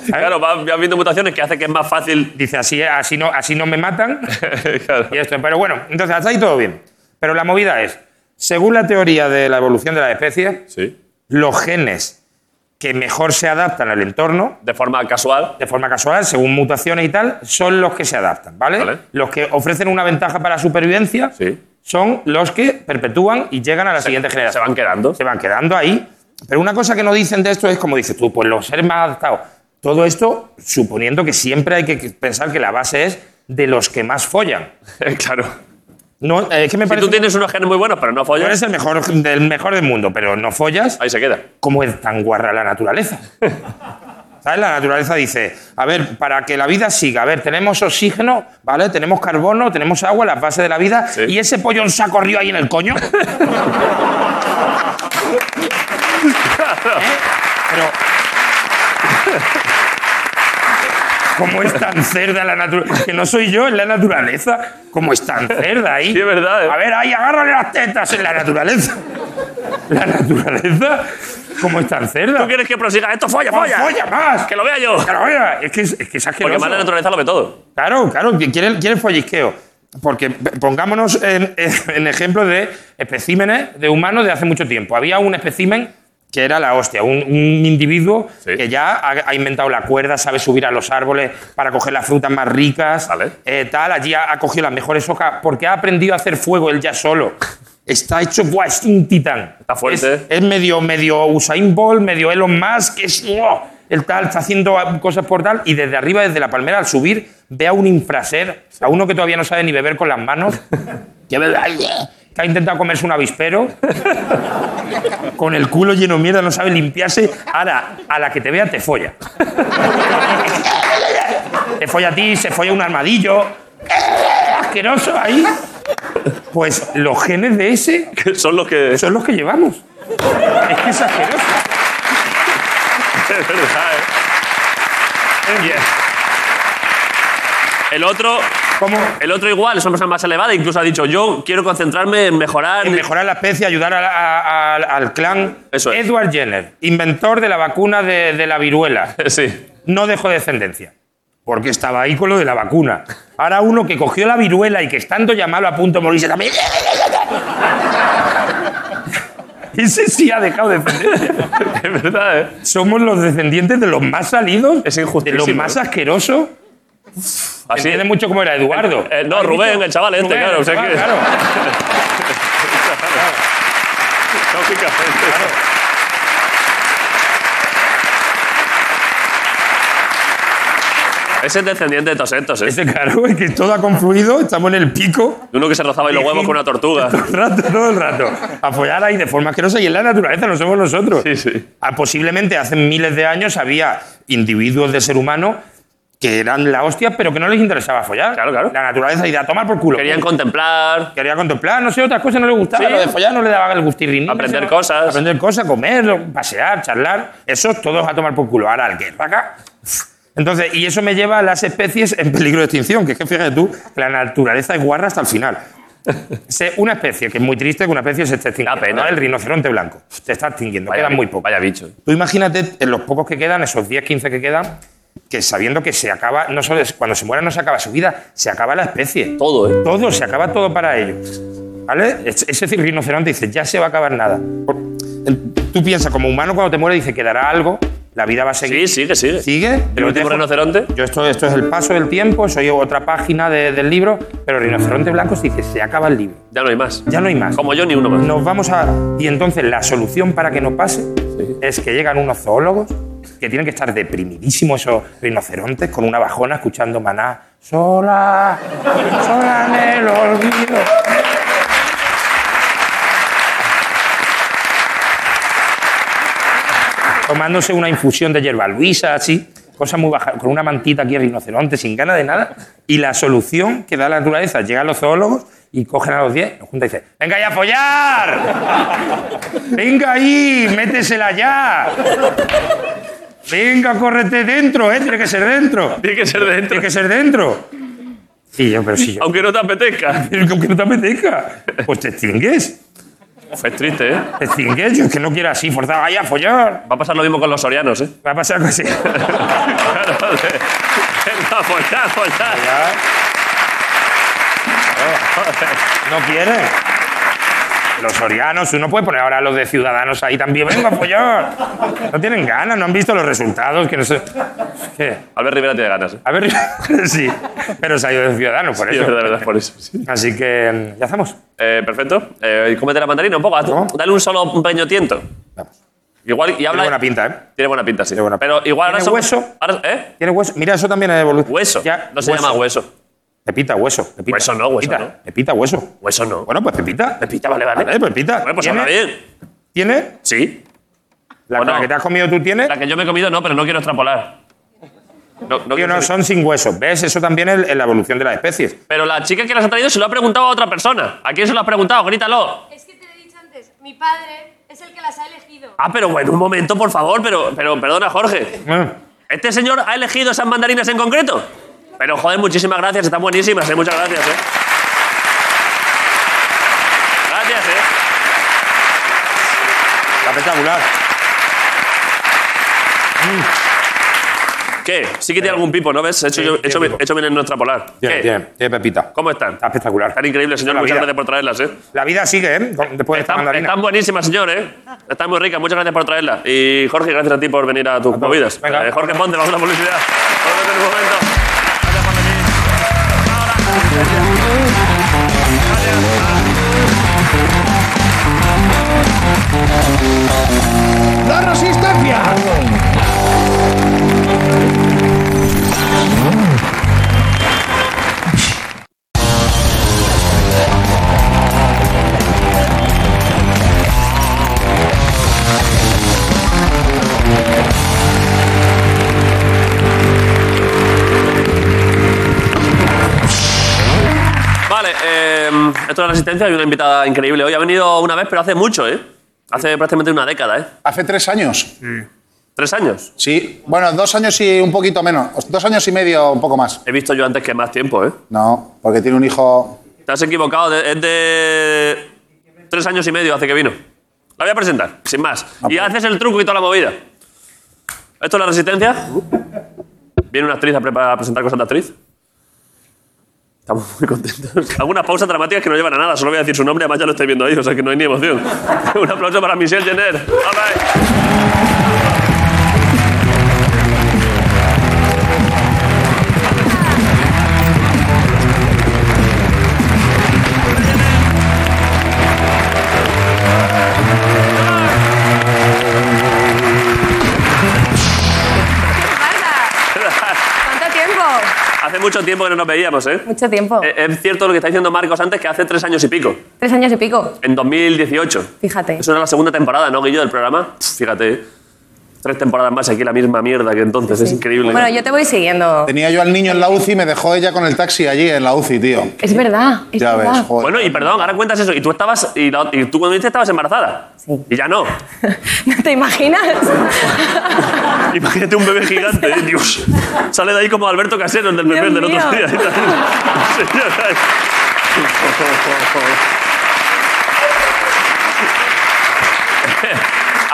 [SPEAKER 1] Claro, va va habiendo mutaciones que hace que es más fácil.
[SPEAKER 8] Dice, así, así, no, así no me matan.
[SPEAKER 1] [laughs] Claro.
[SPEAKER 8] y esto. Pero bueno, entonces hasta ahí todo bien. Pero la movida es, según la teoría de la evolución de las especies,
[SPEAKER 1] Sí.
[SPEAKER 8] los genes que mejor se adaptan al entorno
[SPEAKER 1] De forma casual.
[SPEAKER 8] de forma casual, según mutaciones y tal, son los que se adaptan, ¿vale?
[SPEAKER 1] Vale.
[SPEAKER 8] Los que ofrecen una ventaja para la supervivencia
[SPEAKER 1] Sí.
[SPEAKER 8] son los que perpetúan y llegan a la siguiente
[SPEAKER 1] Se
[SPEAKER 8] generación.
[SPEAKER 1] van quedando.
[SPEAKER 8] Se van quedando ahí. Pero una cosa que no dicen de esto es, como dices tú, pues los seres más adaptados. Todo esto suponiendo que siempre hay que pensar que la base es de los que más follan.
[SPEAKER 1] [laughs] claro.
[SPEAKER 8] No, eh, es que me
[SPEAKER 1] Si
[SPEAKER 8] parece...
[SPEAKER 1] tú tienes unos genes muy buenos, pero no
[SPEAKER 8] tú
[SPEAKER 1] follas,
[SPEAKER 8] eres el mejor del mejor del mundo, pero no follas.
[SPEAKER 1] ahí se queda.
[SPEAKER 8] cómo es tan guarra la naturaleza. ¿Sabes? La naturaleza dice, a ver, para que la vida siga, a ver, tenemos oxígeno, ¿vale? Tenemos carbono, tenemos agua, las bases de la vida,
[SPEAKER 1] Sí.
[SPEAKER 8] y ese pollo se ha corrido ahí en el
[SPEAKER 1] [laughs]
[SPEAKER 8] coño. ¿Eh? Pero... ¿Cómo es tan cerda la naturaleza? Que no soy yo, es la naturaleza. ¿Cómo es tan cerda ahí?
[SPEAKER 1] Sí, es verdad, ¿eh?
[SPEAKER 8] A ver, ahí, agárrale las tetas en la naturaleza. La naturaleza, ¿cómo es tan cerda?
[SPEAKER 1] ¿Tú quieres que prosiga? Esto folla,
[SPEAKER 8] ¡No
[SPEAKER 1] folla.
[SPEAKER 8] folla más!
[SPEAKER 1] Que lo vea yo.
[SPEAKER 8] Claro, oiga, es que es, es que es
[SPEAKER 1] Porque
[SPEAKER 8] asqueroso.
[SPEAKER 1] más la naturaleza lo ve todo.
[SPEAKER 8] Claro, claro, que quiere, quiere follisqueo. Porque p- pongámonos en, en ejemplo de especímenes de humanos de hace mucho tiempo. Había un especímen que era la hostia, un, un individuo
[SPEAKER 1] Sí.
[SPEAKER 8] que ya ha, ha inventado la cuerda, sabe subir a los árboles para coger las frutas más ricas,
[SPEAKER 1] Vale.
[SPEAKER 8] eh, tal, allí ha, ha cogido las mejores hojas, porque ha aprendido a hacer fuego él ya solo. Está hecho, buah, es un titán.
[SPEAKER 1] Está fuerte.
[SPEAKER 8] Es, es medio, medio Usain Bolt, medio Elon Musk, es... ¡buah! El tal está haciendo cosas por tal y desde arriba, desde la palmera, al subir, ve a un infraser, a uno que todavía no sabe ni beber con las manos, que, ve- que ha intentado comerse un avispero, con el culo lleno de mierda, no sabe limpiarse. Ahora, a la que te vea, te folla. Te folla a ti, se folla un armadillo. Asqueroso ahí. Pues los genes de ese
[SPEAKER 1] [laughs] Que son los [laughs] que.
[SPEAKER 8] son los que llevamos. Es que es asqueroso.
[SPEAKER 1] Es verdad, ¿eh? El otro,
[SPEAKER 8] Como
[SPEAKER 1] el otro igual, es una persona más elevada. Incluso ha dicho, yo quiero concentrarme en mejorar.
[SPEAKER 8] en mejorar la especie, ayudar a la- a- a- al clan.
[SPEAKER 1] Eso es.
[SPEAKER 8] Edward Jenner, inventor de la vacuna de, de la viruela,
[SPEAKER 1] [laughs] Sí.
[SPEAKER 8] no dejó descendencia. Porque estaba ahí con lo de la vacuna. Ahora uno que cogió la viruela y que estando ya malo a punto de morirse también. [laughs] Ese sí ha dejado descendencia.
[SPEAKER 1] Es verdad, ¿eh?
[SPEAKER 8] Somos los descendientes de los más salidos.
[SPEAKER 1] Es
[SPEAKER 8] De
[SPEAKER 1] injustísimo,
[SPEAKER 8] los más
[SPEAKER 1] ¿eh?
[SPEAKER 8] asquerosos.
[SPEAKER 1] Así.
[SPEAKER 8] Entiende mucho cómo era Eduardo.
[SPEAKER 1] Eh, no, Rubén, el chaval este, claro, o sea
[SPEAKER 8] chaval,
[SPEAKER 1] que-
[SPEAKER 8] claro.
[SPEAKER 1] Lógicamente. Ese es descendiente de Tosentos, ¿eh?
[SPEAKER 8] Ese claro, es que todo ha confluido, estamos en el pico.
[SPEAKER 1] Uno que se rozaba y los huevos con una tortuga. [laughs]
[SPEAKER 8] Todo el rato, todo el rato. Apoyar ahí de forma asquerosa y en la naturaleza, no somos nosotros.
[SPEAKER 1] Sí, sí.
[SPEAKER 8] Ah, Posiblemente hace miles de años había individuos de ser humano que eran la hostia, pero que no les interesaba follar.
[SPEAKER 1] Claro, claro.
[SPEAKER 8] La naturaleza y a tomar por culo.
[SPEAKER 1] Querían contemplar.
[SPEAKER 8] Quería contemplar, no sé, otras cosas no le gustaba.
[SPEAKER 1] Sí.
[SPEAKER 8] Lo de follar no le daba el gustirrinín.
[SPEAKER 1] Aprender
[SPEAKER 8] no sé,
[SPEAKER 1] cosas.
[SPEAKER 8] Aprender cosas, comer, lo- pasear, charlar. Eso todos a tomar por culo. Ahora, el que es para acá. Entonces, y eso me lleva a las especies en peligro de extinción, que es que fíjate tú, que la naturaleza es guarra hasta el final. Se- Una especie, que es muy triste, que una especie se esté extinguiendo.
[SPEAKER 1] Da Ah, pena.
[SPEAKER 8] ¿no? El rinoceronte blanco. Se está extinguiendo,
[SPEAKER 1] Vaya
[SPEAKER 8] quedan
[SPEAKER 1] bi-
[SPEAKER 8] muy pocos.
[SPEAKER 1] Vaya bicho.
[SPEAKER 8] Tú imagínate en los pocos que quedan, esos 10, 15 que quedan, que sabiendo que se acaba, no solo es- cuando se muera no se acaba su vida, se acaba la especie.
[SPEAKER 1] Todo, ¿eh?
[SPEAKER 8] Todo, se acaba todo para ellos. ¿Vale? Es, es decir, rinoceronte dice, ya se va a acabar nada. Por- en- Tú piensas, como humano, cuando te mueres, dice, quedará algo, la vida va a seguir.
[SPEAKER 1] Sí, sigue, sigue.
[SPEAKER 8] ¿Sigue?
[SPEAKER 1] ¿El
[SPEAKER 8] Yo
[SPEAKER 1] último
[SPEAKER 8] dejo-
[SPEAKER 1] rinoceronte?
[SPEAKER 8] Yo esto, esto es el paso del tiempo, soy otra página de- del libro, pero rinoceronte blanco dice, se acaba el libro.
[SPEAKER 1] Ya no hay más.
[SPEAKER 8] Ya no hay más.
[SPEAKER 1] Como yo, ni uno más.
[SPEAKER 8] Nos vamos a. Y entonces la solución para que no pase es que llegan unos zoólogos que tienen que estar deprimidísimos esos rinocerontes con una bajona escuchando maná. Sola, sola en el olvido. Tomándose una infusión de hierba luisa, así, cosas muy bajas, con una mantita aquí rinoceronte, sin ganas de nada. Y la solución que da la naturaleza, llegan los zoólogos y cogen a los 10, los juntan y dicen: ¡Venga ya a follar! Venga ahí, métesela ya. Venga, córrete dentro, ¿eh? Tiene que ser dentro.
[SPEAKER 1] Tiene que ser dentro.
[SPEAKER 8] Tiene que ser dentro. Sí, yo, pero si yo.
[SPEAKER 1] Aunque no te apetezca.
[SPEAKER 8] Pero que aunque no te apetezca, pues te extingues.
[SPEAKER 1] Uf, Es triste, ¿eh?
[SPEAKER 8] Te extingues, yo es que no quiero así, forzado ahí a follar.
[SPEAKER 1] Va a pasar lo mismo con los sorianos, ¿eh? [laughs]
[SPEAKER 8] Va a pasar algo así.
[SPEAKER 1] Claro, de- Venga, follar, follar.
[SPEAKER 8] Ya. [laughs] No quiere. Los orianos, uno puede poner ahora a los de Ciudadanos ahí también. Venga, follar. No tienen ganas, no han visto los resultados. Que no sé. ¿Qué?
[SPEAKER 1] Albert Rivera tiene ganas, ¿eh?
[SPEAKER 8] A ver, [laughs] sí. Pero se ha ido de Ciudadanos, por
[SPEAKER 1] Sí,
[SPEAKER 8] eso.
[SPEAKER 1] es verdad, es verdad, por eso. sí.
[SPEAKER 8] Así que, mm, ¿ya estamos?
[SPEAKER 1] Eh, perfecto. Eh, cómete la mandarina un poco. haz-
[SPEAKER 8] ¿No?
[SPEAKER 1] Dale un solo un pequeño tiento.
[SPEAKER 8] Vamos.
[SPEAKER 1] Igual, y habla.
[SPEAKER 8] Tiene buena pinta, ¿eh?
[SPEAKER 1] Tiene buena pinta, sí.
[SPEAKER 8] Tiene buena
[SPEAKER 1] Pero
[SPEAKER 8] pinta.
[SPEAKER 1] igual ahora
[SPEAKER 8] ¿Tiene
[SPEAKER 1] son-
[SPEAKER 8] hueso?
[SPEAKER 1] ahora- ¿Eh?
[SPEAKER 8] Tiene hueso. Mira, eso también es evolución.
[SPEAKER 1] Hueso.
[SPEAKER 8] Ya,
[SPEAKER 1] no se llama hueso.
[SPEAKER 8] Pepita, hueso. Pepita.
[SPEAKER 1] Hueso no, hueso
[SPEAKER 8] Pepita,
[SPEAKER 1] no.
[SPEAKER 8] Pepita, hueso.
[SPEAKER 1] Hueso no.
[SPEAKER 8] Bueno, pues Pepita. Pepita,
[SPEAKER 1] vale, vale.
[SPEAKER 8] Pepita.
[SPEAKER 1] Bueno, pues
[SPEAKER 8] ¿Tiene?
[SPEAKER 1] habla bien.
[SPEAKER 8] ¿Tiene?
[SPEAKER 1] Sí.
[SPEAKER 8] La,
[SPEAKER 1] Bueno.
[SPEAKER 8] la que te has comido tú tienes.
[SPEAKER 1] La que yo me he comido no, pero no quiero extrapolar. No, no
[SPEAKER 8] Tío,
[SPEAKER 1] quiero-
[SPEAKER 8] no, son sin huesos. ¿Ves? Eso también es es la evolución de las especies.
[SPEAKER 1] Pero la chica que las ha traído se lo ha preguntado a otra persona. ¿A quién se lo has preguntado? Grítalo.
[SPEAKER 9] Es que te lo he dicho antes, mi padre es el que las ha elegido.
[SPEAKER 1] Ah, pero bueno, un momento, por favor. Pero, pero perdona, Jorge.
[SPEAKER 8] Ah,
[SPEAKER 1] ¿Este señor ha elegido esas mandarinas en concreto? Pero joder, muchísimas gracias. Están buenísimas, ¿eh? Muchas gracias, ¿eh? Gracias, ¿eh?
[SPEAKER 8] Está espectacular.
[SPEAKER 1] ¿Qué? Sí que tiene algún pipo, ¿no ves? He hecho,
[SPEAKER 8] Sí,
[SPEAKER 1] yo- he
[SPEAKER 8] tiene
[SPEAKER 1] hecho, bien-
[SPEAKER 8] pipo.
[SPEAKER 1] he hecho bien en no extrapolar.
[SPEAKER 8] Tiene,
[SPEAKER 1] ¿Qué?
[SPEAKER 8] tiene, tiene Pepita.
[SPEAKER 1] ¿Cómo están?
[SPEAKER 8] Está espectacular.
[SPEAKER 1] Están increíbles, señor.
[SPEAKER 8] La
[SPEAKER 1] Muchas
[SPEAKER 8] vida.
[SPEAKER 1] gracias por traerlas, ¿eh?
[SPEAKER 8] La vida sigue, ¿eh? Con- Después de esta
[SPEAKER 1] Están,
[SPEAKER 8] mandarina.
[SPEAKER 1] están buenísimas, señor, ¿eh? Están muy ricas. Muchas gracias por traerlas. Y Jorge, gracias a ti por venir a tus movidas.
[SPEAKER 8] Venga.
[SPEAKER 1] Eh, Jorge Ponte, vamos a la publicidad. Volvemos en un momento. Gracias por venir. Hasta ahora. Gracias. eh, Esto de la asistencia, hay una invitada increíble hoy. Ha venido una vez, pero hace mucho, ¿eh? Hace prácticamente una década, ¿eh?
[SPEAKER 4] Hace tres años.
[SPEAKER 1] Tres años.
[SPEAKER 4] Sí. Bueno, dos años y un poquito menos. Dos años y medio, un poco más.
[SPEAKER 1] He visto yo antes que más tiempo, ¿eh?
[SPEAKER 4] No, porque tiene un hijo.
[SPEAKER 1] Te has equivocado. de- es de. Tres años y medio hace que vino. La voy a presentar, sin más. y haces el truco y toda la movida. ¿Esto es la resistencia? Viene una actriz a, pre- a presentar cosas de actriz. Estamos muy contentos. [laughs] Algunas pausas dramáticas que no llevan a nada. Solo voy a decir su nombre, además ya lo estoy viendo ahí, o sea que no hay ni emoción. [laughs] Un aplauso para Michelle Jenner. All right. [laughs]
[SPEAKER 9] ¿Cuánto tiempo?
[SPEAKER 1] Hace mucho tiempo que no nos veíamos, ¿eh?
[SPEAKER 9] Mucho tiempo.
[SPEAKER 1] Eh, Es cierto lo que está diciendo Marcos antes, que hace tres años y pico,
[SPEAKER 9] Tres años y pico,
[SPEAKER 1] en 2018.
[SPEAKER 9] fíjate.
[SPEAKER 1] Eso era la segunda temporada, ¿no, Guillo, del programa? Pff, Fíjate, ¿eh? tres temporadas más y aquí la misma mierda que entonces, es increíble.
[SPEAKER 9] Bueno, yo te voy siguiendo.
[SPEAKER 4] Tenía yo al niño en la UCI y me dejó ella con el taxi allí en la UCI, tío.
[SPEAKER 9] Es verdad. Es
[SPEAKER 4] Ya
[SPEAKER 9] verdad.
[SPEAKER 4] ves, joder.
[SPEAKER 1] Bueno, y perdón, ahora cuentas eso. Y tú estabas, y, la- y tú cuando viniste estabas embarazada. Y ya no.
[SPEAKER 9] [laughs] ¿No te imaginas?
[SPEAKER 1] [laughs] Imagínate un bebé gigante,
[SPEAKER 9] [laughs]
[SPEAKER 1] ¿eh?
[SPEAKER 7] [laughs]
[SPEAKER 1] Dios. Sale de ahí como Alberto Casero, el del bebé
[SPEAKER 9] Dios
[SPEAKER 1] del
[SPEAKER 9] mío.
[SPEAKER 1] otro día.
[SPEAKER 9] [laughs]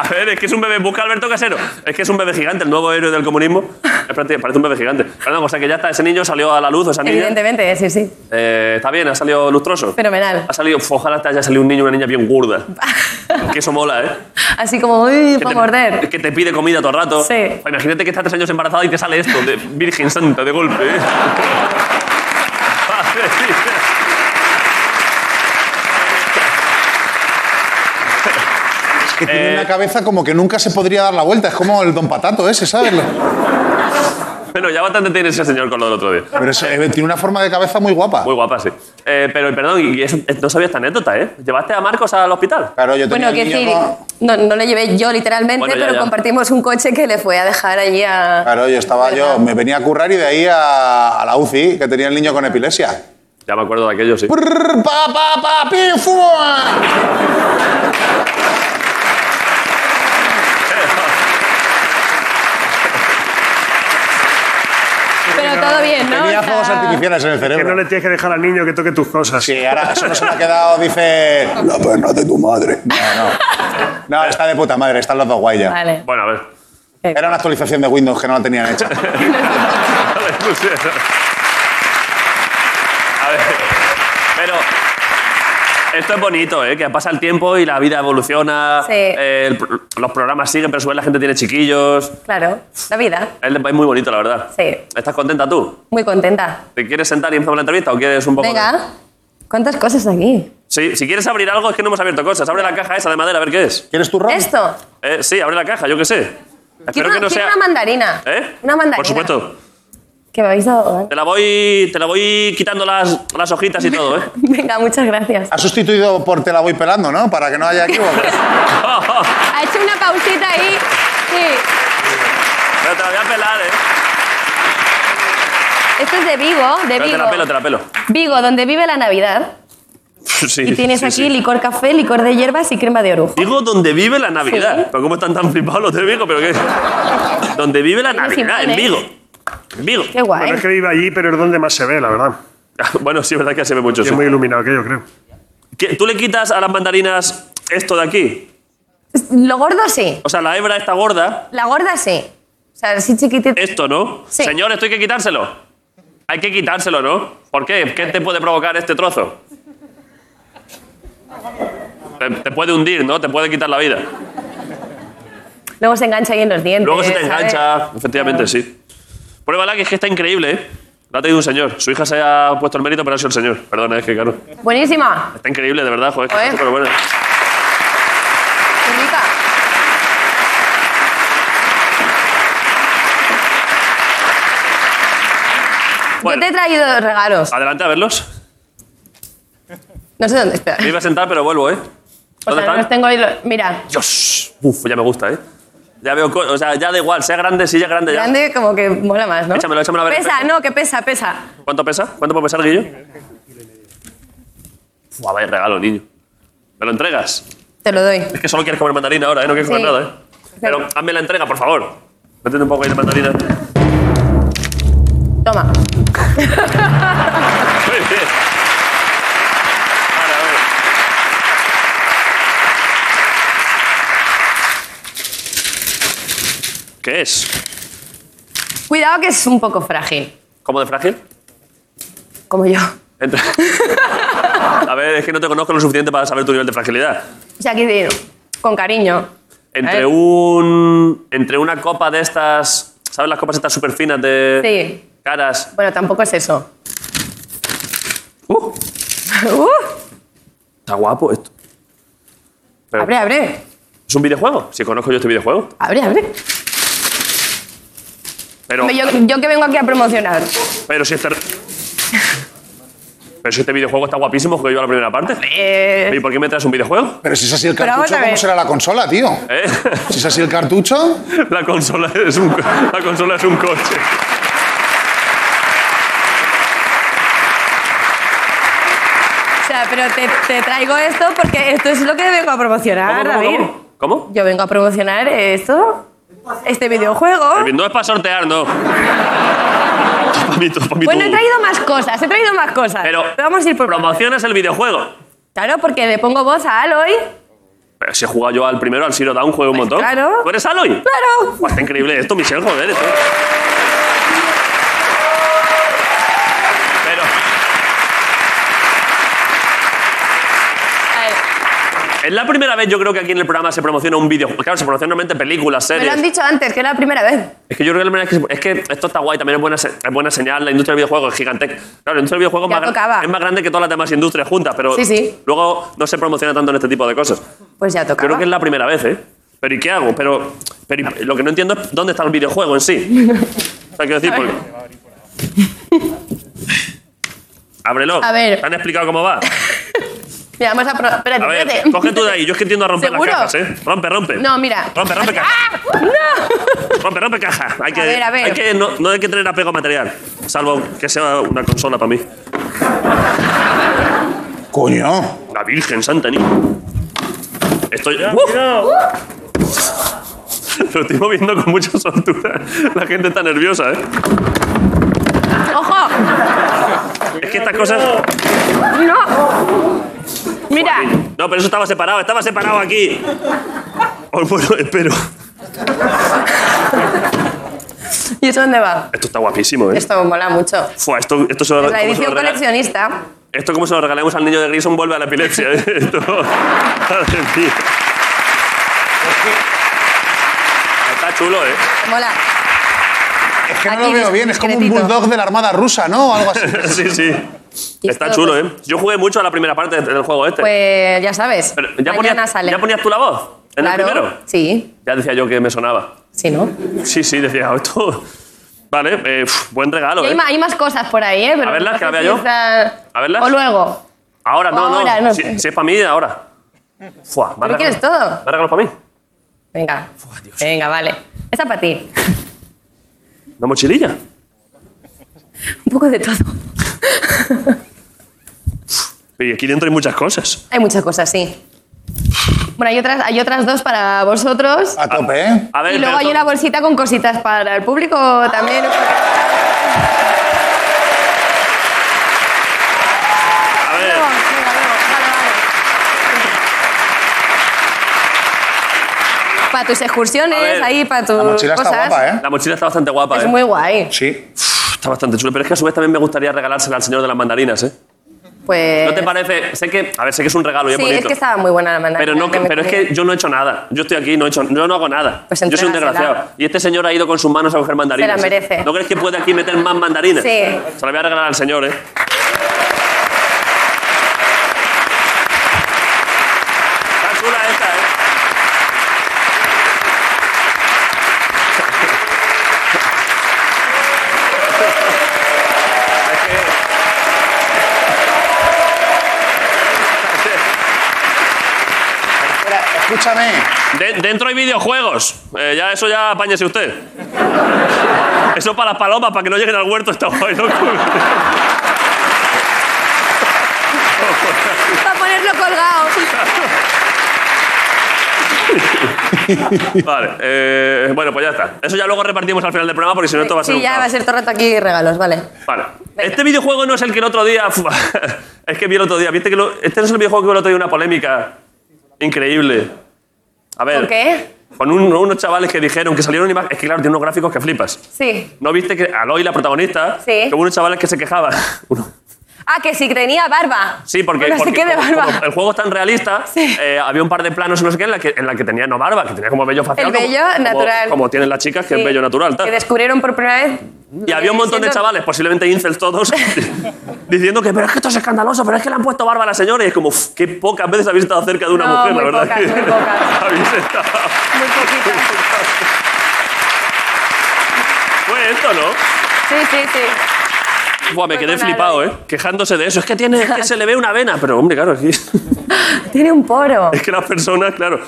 [SPEAKER 1] A ver, es que es un bebé. Busca a Alberto Casero. Es que es un bebé gigante, el nuevo héroe del comunismo. Es prácticamente- Parece un bebé gigante. Perdón, o sea que ya está, ese niño salió a la luz, o esa niña.
[SPEAKER 9] Evidentemente, sí, sí.
[SPEAKER 1] Eh, está bien, ha salido lustroso.
[SPEAKER 9] Fenomenal.
[SPEAKER 1] Ha salido, ojalá te haya salido un niño o una niña bien
[SPEAKER 9] [laughs]
[SPEAKER 1] gorda. que eso mola, ¿eh?
[SPEAKER 9] Así como, uy,
[SPEAKER 1] Que
[SPEAKER 9] para
[SPEAKER 1] te-
[SPEAKER 9] morder.
[SPEAKER 1] Que te pide comida todo el rato.
[SPEAKER 9] Sí.
[SPEAKER 1] Pues Imagínate que estás tres años embarazada y te sale esto, de Virgen Santa, de golpe. ¿eh? [laughs] Madre mía.
[SPEAKER 4] que
[SPEAKER 1] eh,
[SPEAKER 4] tiene una cabeza como que nunca se podría dar la vuelta. Es como el don Patato ese, ¿sabes?
[SPEAKER 1] bueno, ya bastante tiene ese señor con lo del otro día.
[SPEAKER 4] Pero es- eh, tiene una forma de cabeza muy guapa.
[SPEAKER 1] Muy guapa, sí. Eh, pero, perdón, y eso- no sabía esta anécdota, ¿eh? ¿Llevaste a Marcos al hospital?
[SPEAKER 4] Claro, yo tenía
[SPEAKER 9] Bueno,
[SPEAKER 4] el
[SPEAKER 9] que
[SPEAKER 4] niño
[SPEAKER 9] decir,
[SPEAKER 4] con-
[SPEAKER 9] no, no le llevé yo literalmente,
[SPEAKER 1] Bueno, ya,
[SPEAKER 9] pero
[SPEAKER 1] ya.
[SPEAKER 9] compartimos un coche que le fue a dejar allí a...
[SPEAKER 4] Claro, yo estaba yo, me venía a currar y de ahí a, a la UCI, que tenía el niño con epilepsia.
[SPEAKER 1] Ya me acuerdo de aquello, sí.
[SPEAKER 4] Prrr, pa, pa, pa, pi, fua.
[SPEAKER 9] Pero todo bien, ¿no?
[SPEAKER 4] Tenía
[SPEAKER 9] O sea,
[SPEAKER 4] fuegos artificiales en el
[SPEAKER 7] Que no
[SPEAKER 4] cerebro.
[SPEAKER 7] le tienes que dejar al niño que toque tus cosas.
[SPEAKER 4] Sí, ahora eso no se me ha quedado, dice... La perna de tu madre. No, no. No, está de puta madre, están los dos guay ya.
[SPEAKER 9] Vale.
[SPEAKER 1] Bueno, a ver. [laughs]
[SPEAKER 4] Era una actualización de Windows que no la tenían hecha.
[SPEAKER 1] A ver, no sé. A ver, Pero. Esto es bonito, ¿eh? Que pasa el tiempo y la vida evoluciona.
[SPEAKER 9] Sí.
[SPEAKER 1] eh, el pro- los programas siguen, pero a su vez la gente tiene chiquillos.
[SPEAKER 9] Claro, la vida.
[SPEAKER 1] Es un país muy bonito, la verdad.
[SPEAKER 9] Sí.
[SPEAKER 1] ¿Estás contenta tú?
[SPEAKER 9] Muy contenta.
[SPEAKER 1] ¿Te quieres sentar y empezamos la entrevista o quieres un poco? de-
[SPEAKER 9] Venga, ¿cuántas cosas aquí?
[SPEAKER 1] Sí, si quieres abrir algo, es que no hemos abierto cosas. Abre la caja esa de madera, a ver qué es.
[SPEAKER 4] ¿Quieres tu ron?
[SPEAKER 9] Esto.
[SPEAKER 1] Eh, sí, abre la caja, yo qué sé. Espero
[SPEAKER 9] Quiero,
[SPEAKER 1] que no
[SPEAKER 9] quiero
[SPEAKER 1] sea.
[SPEAKER 9] una mandarina.
[SPEAKER 1] ¿Eh?
[SPEAKER 9] Una mandarina.
[SPEAKER 1] Por supuesto.
[SPEAKER 9] Que me habéis dado. ¿eh?
[SPEAKER 1] Te la voy, te la voy quitando las, las hojitas y todo, ¿eh?
[SPEAKER 9] [laughs] Venga, muchas gracias.
[SPEAKER 4] Has sustituido por te la voy pelando, ¿no? Para que no haya equívocos.
[SPEAKER 10] [laughs]
[SPEAKER 9] Ha hecho una pausita ahí. Sí.
[SPEAKER 1] Pero te la voy a pelar, ¿eh?
[SPEAKER 9] Esto es de Vigo, de
[SPEAKER 1] Pero te la pelo, te
[SPEAKER 9] Vigo.
[SPEAKER 1] la pelo. [laughs]
[SPEAKER 9] Vigo, donde vive la Navidad.
[SPEAKER 1] Sí,
[SPEAKER 9] Y tienes
[SPEAKER 1] sí,
[SPEAKER 9] aquí
[SPEAKER 1] sí.
[SPEAKER 9] licor café, licor de hierbas y crema de orujo.
[SPEAKER 1] Digo donde vive la Navidad.
[SPEAKER 9] Sí.
[SPEAKER 1] Pero ¿Cómo están tan flipados los de Vigo? ¿Pero qué? donde vive la
[SPEAKER 9] Ellos
[SPEAKER 1] Navidad, en
[SPEAKER 9] imponen.
[SPEAKER 1] Vigo. En Vigo.
[SPEAKER 9] ¿eh? Qué guay.
[SPEAKER 7] Bueno, es que vive allí, pero es donde más se ve, la verdad.
[SPEAKER 1] [laughs] Bueno, sí, es verdad que se ve mucho.
[SPEAKER 7] Y
[SPEAKER 1] sí.
[SPEAKER 7] Es muy iluminado aquello, creo.
[SPEAKER 1] ¿Qué- ¿Tú le quitas a las mandarinas esto de aquí?
[SPEAKER 9] Lo gordo sí.
[SPEAKER 1] O sea, la hebra está gorda.
[SPEAKER 9] La gorda sí. O sea, sí chiquitita.
[SPEAKER 1] Esto, ¿no?
[SPEAKER 9] Sí.
[SPEAKER 1] Señor, esto hay que quitárselo. Hay que quitárselo, ¿no? ¿Por qué? ¿Qué te puede provocar este trozo? Te, te puede hundir, ¿no? Te puede quitar la vida.
[SPEAKER 9] Luego se engancha ahí en los dientes.
[SPEAKER 1] Luego se te
[SPEAKER 9] ¿sabes?
[SPEAKER 1] engancha. Efectivamente, sí. Pruébala, que es que está increíble, ¿eh? La ha tenido un señor. Su hija se ha puesto el mérito, pero ha sido el señor. Perdona, es que claro.
[SPEAKER 9] Buenísima.
[SPEAKER 1] Está increíble, de verdad, joder. es que
[SPEAKER 9] Joder.
[SPEAKER 1] está superbuena.
[SPEAKER 9] Qué rica. Yo
[SPEAKER 1] Bueno.
[SPEAKER 9] te he traído regalos.
[SPEAKER 1] Adelante a verlos.
[SPEAKER 9] No sé dónde. Espera.
[SPEAKER 1] Me iba a sentar, pero vuelvo, ¿eh?
[SPEAKER 9] O
[SPEAKER 1] ¿Dónde
[SPEAKER 9] sea, Pues no
[SPEAKER 1] están?
[SPEAKER 9] los tengo ahí. lo- Mira,
[SPEAKER 1] Dios. Uf, ya me gusta, ¿eh? Ya veo. co- O sea, ya da igual, sea grande, sí, ya grande, ya.
[SPEAKER 9] grande como que mola más, ¿no?
[SPEAKER 1] Échamelo, échamelo, a ver,
[SPEAKER 9] Pesa,
[SPEAKER 1] pesa.
[SPEAKER 9] no, que pesa, pesa.
[SPEAKER 1] ¿Cuánto pesa? ¿Cuánto puede pesar, Guillo? Buah, vaya regalo, niño. ¿Me lo entregas?
[SPEAKER 10] Te lo doy.
[SPEAKER 1] Es que solo quieres comer mandarina ahora, ¿eh? No quieres comer
[SPEAKER 10] Sí.
[SPEAKER 1] nada, ¿eh? Pero hazme la entrega, por favor. Métete un poco ahí de mandarina. [laughs] Muy bien.
[SPEAKER 10] Toma.
[SPEAKER 1] Vale, a ver. ¿Qué es?
[SPEAKER 10] Cuidado que es un poco frágil,
[SPEAKER 1] ¿Cómo de frágil?
[SPEAKER 10] como yo.
[SPEAKER 1] Entra- [laughs] A ver, es que no te conozco lo suficiente para saber tu nivel de fragilidad.
[SPEAKER 10] O sea, que digo, con cariño.
[SPEAKER 1] Entre
[SPEAKER 10] ¿Eh?
[SPEAKER 1] un. Entre una copa de estas. ¿Sabes las copas estas súper finas de.
[SPEAKER 10] Sí.
[SPEAKER 1] Caras.
[SPEAKER 10] Bueno, tampoco es eso. [laughs]
[SPEAKER 1] ¡Uh!
[SPEAKER 10] Uh,
[SPEAKER 1] Está guapo esto. Pero-
[SPEAKER 10] abre, abre.
[SPEAKER 1] ¿Es un videojuego? Si conozco yo este videojuego.
[SPEAKER 10] Abre, abre.
[SPEAKER 1] Pero.
[SPEAKER 10] Hombre, Yo, yo que vengo aquí a promocionar.
[SPEAKER 1] Pero si este. Pero si este videojuego está guapísimo, jugué yo a la primera parte.
[SPEAKER 10] Eh,
[SPEAKER 1] ¿Y por qué me traes un videojuego?
[SPEAKER 4] Pero si es así el
[SPEAKER 10] Pero vamos
[SPEAKER 4] cartucho,
[SPEAKER 10] a
[SPEAKER 4] ¿cómo
[SPEAKER 10] ver.
[SPEAKER 4] será la consola, tío?
[SPEAKER 1] ¿Eh? [laughs]
[SPEAKER 4] Si es así el cartucho,
[SPEAKER 1] La consola es un, co- la consola es un coche.
[SPEAKER 10] o sea, pero te, te traigo esto porque esto es lo que vengo a promocionar,
[SPEAKER 1] ¿Cómo,
[SPEAKER 10] Ah, David.
[SPEAKER 1] cómo, cómo? ¿Cómo?
[SPEAKER 10] Yo vengo a promocionar esto, este videojuego.
[SPEAKER 1] No es para sortear, no. Para mí, todo, para mí
[SPEAKER 10] Bueno, he
[SPEAKER 1] todo.
[SPEAKER 10] traído más cosas, he traído más cosas.
[SPEAKER 1] Pero
[SPEAKER 10] vamos a ir por
[SPEAKER 1] promocionas el videojuego.
[SPEAKER 10] Claro, porque le pongo voz a Aloy.
[SPEAKER 1] Pero si he jugado yo al primero, al Zero Down, juego un
[SPEAKER 10] Pues
[SPEAKER 1] montón.
[SPEAKER 10] claro.
[SPEAKER 1] ¿Tú eres Aloy?
[SPEAKER 10] Claro.
[SPEAKER 1] Buah, está increíble esto, Michelle, joder. esto. Pero
[SPEAKER 10] A ver,
[SPEAKER 1] es la primera vez, yo creo que aquí en el programa se promociona un videojuego. Claro, se promocionan normalmente películas,
[SPEAKER 10] me lo
[SPEAKER 1] series.
[SPEAKER 10] han dicho antes, que era la primera vez.
[SPEAKER 1] Es que yo creo que la primera vez que se- es que esto está guay, también es buena, se- es buena señal, la industria del videojuego es gigantesca. Claro, la industria del videojuego es
[SPEAKER 10] Ya
[SPEAKER 1] más, gran-
[SPEAKER 10] tocaba.
[SPEAKER 1] es más grande que todas las demás industrias juntas, pero
[SPEAKER 10] Sí, sí.
[SPEAKER 1] luego no se promociona tanto en este tipo de cosas.
[SPEAKER 10] Pues ya tocaba.
[SPEAKER 1] Creo que es la primera vez, ¿eh? Pero ¿y qué hago? Pero, pero ¿y- lo que no entiendo es dónde está el videojuego en sí. O sea, quiero decir,
[SPEAKER 10] [laughs]
[SPEAKER 1] porque... Ábrelo.
[SPEAKER 10] A ver.
[SPEAKER 1] ¿Te han explicado cómo va?
[SPEAKER 10] Mira, vamos a... pro- Espérate,
[SPEAKER 1] A ver,
[SPEAKER 10] espérate.
[SPEAKER 1] coge tú de ahí. Yo es que entiendo a romper
[SPEAKER 10] ¿Seguro?
[SPEAKER 1] las cajas, ¿eh? Rompe, rompe.
[SPEAKER 10] No, mira.
[SPEAKER 1] Rompe, rompe caja.
[SPEAKER 10] ¡Ah! ¡No!
[SPEAKER 1] Rompe, rompe caja. Hay que,
[SPEAKER 10] A ver, a ver.
[SPEAKER 1] hay que- no, no hay que tener apego material. Salvo que sea una consola para mí.
[SPEAKER 4] coño.
[SPEAKER 1] La Virgen Santa, niño. Estoy. ¡Uf! [laughs] Lo estoy moviendo con mucha soltura. La gente está nerviosa, ¿eh?
[SPEAKER 10] ¡Ojo!
[SPEAKER 1] Es que estas cosas.
[SPEAKER 10] ¡No! Mira,
[SPEAKER 1] No, pero eso estaba separado, estaba separado aquí. Oh, bueno, espero.
[SPEAKER 10] ¿y eso dónde va?
[SPEAKER 1] Esto está guapísimo, ¿eh?
[SPEAKER 10] Esto mola mucho.
[SPEAKER 1] Fua, esto, esto se lo, ¿cómo se
[SPEAKER 10] Es la
[SPEAKER 1] lo
[SPEAKER 10] edición
[SPEAKER 1] regala-
[SPEAKER 10] coleccionista.
[SPEAKER 1] Esto como se lo regalemos al niño de Grison vuelve a la epilepsia. ¿eh? [laughs] Esto, madre mía. Está chulo, ¿eh?
[SPEAKER 10] Mola.
[SPEAKER 4] Es que no
[SPEAKER 10] Aquí,
[SPEAKER 4] lo veo bien, es como un
[SPEAKER 10] discretito.
[SPEAKER 4] bulldog de la Armada Rusa, ¿no? O algo
[SPEAKER 10] [laughs]
[SPEAKER 4] así.
[SPEAKER 1] [laughs] Sí, sí.
[SPEAKER 10] Y
[SPEAKER 1] Está
[SPEAKER 10] esto,
[SPEAKER 1] chulo, ¿eh? Yo jugué mucho a la primera parte del juego este.
[SPEAKER 10] Pues ya sabes,
[SPEAKER 1] Pero ya,
[SPEAKER 10] mañana
[SPEAKER 1] ponías,
[SPEAKER 10] sale.
[SPEAKER 1] ¿Ya ponías tú la voz? ¿En
[SPEAKER 10] claro,
[SPEAKER 1] el primero?
[SPEAKER 10] Sí,
[SPEAKER 1] Ya decía yo que me sonaba.
[SPEAKER 10] sí, ¿no?
[SPEAKER 1] Sí, sí, decía, [laughs] esto... Vale, eh, pf, buen regalo,
[SPEAKER 10] Y hay,
[SPEAKER 1] ¿eh?
[SPEAKER 10] ma- hay más cosas por ahí, ¿eh? Pero
[SPEAKER 1] A verlas,
[SPEAKER 10] no
[SPEAKER 1] que la
[SPEAKER 10] sé
[SPEAKER 1] vea
[SPEAKER 10] si
[SPEAKER 1] yo.
[SPEAKER 10] está-
[SPEAKER 1] A verlas.
[SPEAKER 10] O luego.
[SPEAKER 1] Ahora, no,
[SPEAKER 10] Ahora,
[SPEAKER 1] no.
[SPEAKER 10] no.
[SPEAKER 1] Si, si es para mí, ahora. Fua, ¿me
[SPEAKER 10] ¿Tú
[SPEAKER 1] ha
[SPEAKER 10] quieres
[SPEAKER 1] regalado-
[SPEAKER 10] todo?
[SPEAKER 1] ¿Me ha regalado para mí?
[SPEAKER 10] Venga. Venga, vale. Esa para ti.
[SPEAKER 1] ¿Una mochililla?
[SPEAKER 10] Un poco de todo.
[SPEAKER 1] Y aquí dentro hay muchas cosas.
[SPEAKER 10] Hay muchas cosas, sí. Bueno, hay otras, hay otras dos para vosotros.
[SPEAKER 4] A tope, ¿eh?
[SPEAKER 1] A ver, Ah,
[SPEAKER 10] y luego
[SPEAKER 1] pero
[SPEAKER 10] hay
[SPEAKER 1] to-
[SPEAKER 10] una bolsita con cositas para el público también.
[SPEAKER 1] A ver,
[SPEAKER 10] Luego, venga, luego. Vale, vale. Para tus
[SPEAKER 1] A ver,
[SPEAKER 10] excursiones, ahí, para tus
[SPEAKER 4] La mochila
[SPEAKER 10] cosas.
[SPEAKER 4] está guapa, ¿eh?
[SPEAKER 1] la mochila está bastante guapa,
[SPEAKER 10] Es
[SPEAKER 1] ¿eh?
[SPEAKER 10] muy guay.
[SPEAKER 4] Sí.
[SPEAKER 1] Está bastante chula, pero es que a su vez también me gustaría regalársela al señor de las mandarinas, ¿eh?
[SPEAKER 10] Pues.
[SPEAKER 1] ¿No te parece? Sé que, a ver, sé que es un regalo ¿eh? y es
[SPEAKER 10] sí,
[SPEAKER 1] bonito.
[SPEAKER 10] es que estaba muy buena la mandarina.
[SPEAKER 1] Pero, no,
[SPEAKER 10] que me
[SPEAKER 1] pero es
[SPEAKER 10] comí.
[SPEAKER 1] que yo no he hecho nada. Yo estoy aquí, no he hecho, yo no hago nada.
[SPEAKER 10] Pues
[SPEAKER 1] yo soy un
[SPEAKER 10] entrégasela.
[SPEAKER 1] desgraciado. Y este señor ha ido con sus manos a coger mandarinas.
[SPEAKER 10] Se la
[SPEAKER 1] ¿eh?
[SPEAKER 10] merece.
[SPEAKER 1] ¿No crees que puede aquí meter más mandarinas?
[SPEAKER 10] Sí.
[SPEAKER 1] Se la voy a regalar al señor, ¿eh? Está chula esta, ¿eh?
[SPEAKER 4] Espera, escúchame.
[SPEAKER 1] De- dentro hay videojuegos. Eh, ya eso ya apáñese usted. Eso para las palomas, para que no lleguen al huerto está guay, loco.
[SPEAKER 10] Para ponerlo colgado.
[SPEAKER 1] [laughs] Vale, eh, bueno, pues ya está. Eso ya luego repartimos al final del programa porque si no, esto va a ser
[SPEAKER 10] Sí,
[SPEAKER 1] un
[SPEAKER 10] ya
[SPEAKER 1] caos.
[SPEAKER 10] va a ser todo el rato aquí regalos, vale.
[SPEAKER 1] Vale. Este videojuego no es el que el otro día. [laughs] es que vi el otro día. ¿Viste que lo- Este no es el videojuego que hubo el otro día una polémica increíble. A ver.
[SPEAKER 10] ¿Con qué?
[SPEAKER 1] Con un- unos chavales que dijeron que salieron imágenes. Es que claro, tiene unos gráficos que flipas.
[SPEAKER 10] Sí.
[SPEAKER 1] ¿No viste que Aloy, la protagonista,
[SPEAKER 10] Sí.
[SPEAKER 1] que hubo unos chavales que se quejaban? [laughs]
[SPEAKER 10] Ah, que si tenía barba.
[SPEAKER 1] Sí, porque,
[SPEAKER 10] Bueno,
[SPEAKER 1] porque
[SPEAKER 10] se quede
[SPEAKER 1] como-
[SPEAKER 10] barba.
[SPEAKER 1] como el juego es tan realista, eh, había un par de planos, no sé qué, en la que, en la que tenía no barba, que tenía como vello facial.
[SPEAKER 10] El
[SPEAKER 1] como-
[SPEAKER 10] vello
[SPEAKER 1] como-
[SPEAKER 10] natural.
[SPEAKER 1] Como, tienen las chicas, que
[SPEAKER 10] Sí.
[SPEAKER 1] es vello natural. tal.
[SPEAKER 10] Que descubrieron por primera vez.
[SPEAKER 1] Y había un montón de
[SPEAKER 10] Eh, Siento-
[SPEAKER 1] chavales, posiblemente incels
[SPEAKER 10] [laughs]
[SPEAKER 1] todos, diciendo que, pero es que esto es escandaloso, pero es que le han puesto barba a la señora. Y es como, "Uf, qué pocas veces habéis estado cerca de una
[SPEAKER 10] No,
[SPEAKER 1] mujer,
[SPEAKER 10] muy
[SPEAKER 1] la verdad.
[SPEAKER 10] pocas,
[SPEAKER 1] [laughs]
[SPEAKER 10] muy pocas.
[SPEAKER 1] Habéis estado- [laughs]
[SPEAKER 10] Muy poquito.
[SPEAKER 1] Fue esto, ¿no?
[SPEAKER 10] Sí, sí, sí.
[SPEAKER 1] Buah, me quedé
[SPEAKER 10] con
[SPEAKER 1] flipado, ¿eh? Quejándose de eso. Es que, tiene, es que se le ve una vena. Pero, hombre, claro, es que, [laughs]
[SPEAKER 10] Tiene un poro.
[SPEAKER 1] es que las personas, claro.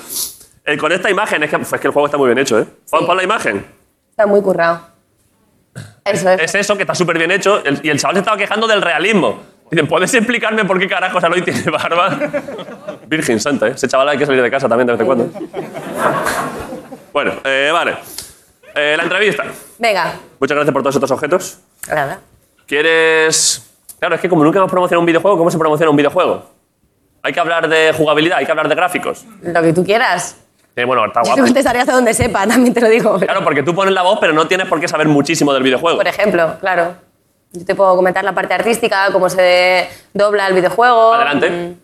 [SPEAKER 1] Eh, con esta imagen, es que, es que el juego está muy bien hecho, ¿eh? Pon, pon la imagen.
[SPEAKER 10] Está muy currado. Eso es.
[SPEAKER 1] Es
[SPEAKER 10] [laughs]
[SPEAKER 1] eso, que está súper bien hecho. el- y el chaval se estaba quejando del realismo. Dicen, ¿puedes explicarme por qué carajos Aloy tiene [laughs] barba? Virgen santa, ¿eh? Ese chaval hay que salir de casa también de vez en cuando. Bueno, eh, vale. Eh, la entrevista.
[SPEAKER 10] Venga.
[SPEAKER 1] Muchas gracias por todos estos objetos.
[SPEAKER 10] Nada.
[SPEAKER 1] ¿Quieres...? Claro, es que como nunca hemos promocionado un videojuego, ¿cómo se promociona un videojuego? Hay que hablar de jugabilidad, hay que hablar de gráficos.
[SPEAKER 10] Lo que tú quieras.
[SPEAKER 1] Eh, bueno, está
[SPEAKER 10] Yo te [laughs]
[SPEAKER 1] guapo.
[SPEAKER 10] contestaré hasta donde sepa, también te lo digo.
[SPEAKER 1] Claro, porque tú pones la voz, pero no tienes por qué saber muchísimo del videojuego.
[SPEAKER 10] Por ejemplo, claro. Yo te puedo comentar la parte artística, cómo se dobla el videojuego.
[SPEAKER 1] Adelante.
[SPEAKER 10] Mm.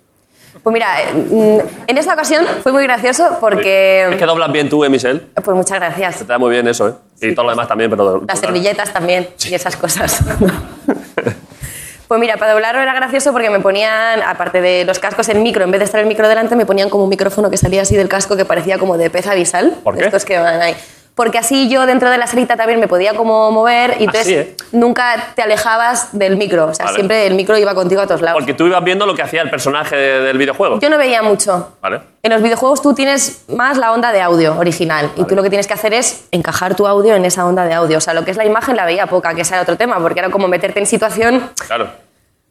[SPEAKER 10] Pues mira, eh, mm, en esta ocasión fue muy gracioso
[SPEAKER 1] Es que
[SPEAKER 10] porque...
[SPEAKER 1] doblas bien tú, eh, Michelle.
[SPEAKER 10] Pues muchas gracias.
[SPEAKER 1] Te da muy bien eso, ¿eh? Y todo lo demás también, pero...
[SPEAKER 10] Las servilletas también y esas cosas. [laughs] Pues mira, para doblarlo era gracioso porque me ponían, aparte de los cascos, el micro. En vez de estar el micro delante, me ponían como un micrófono que salía así del casco que parecía como de pez abisal.
[SPEAKER 1] ¿Por
[SPEAKER 10] de
[SPEAKER 1] qué?
[SPEAKER 10] Estos que van ahí. Porque así yo dentro de la salita también me podía como mover y entonces
[SPEAKER 1] Así, ¿eh?
[SPEAKER 10] nunca te alejabas del micro. O sea,
[SPEAKER 1] Vale.
[SPEAKER 10] siempre el micro iba contigo a todos lados.
[SPEAKER 1] Porque tú ibas viendo lo que hacía el personaje de- del videojuego.
[SPEAKER 10] Yo no veía mucho.
[SPEAKER 1] Vale.
[SPEAKER 10] En los videojuegos tú tienes más la onda de audio original y tú lo que tienes que hacer es encajar tu audio en esa onda de audio. O sea, lo que es la imagen la veía poca, que ese era otro tema, porque era como meterte en situación.
[SPEAKER 1] Claro.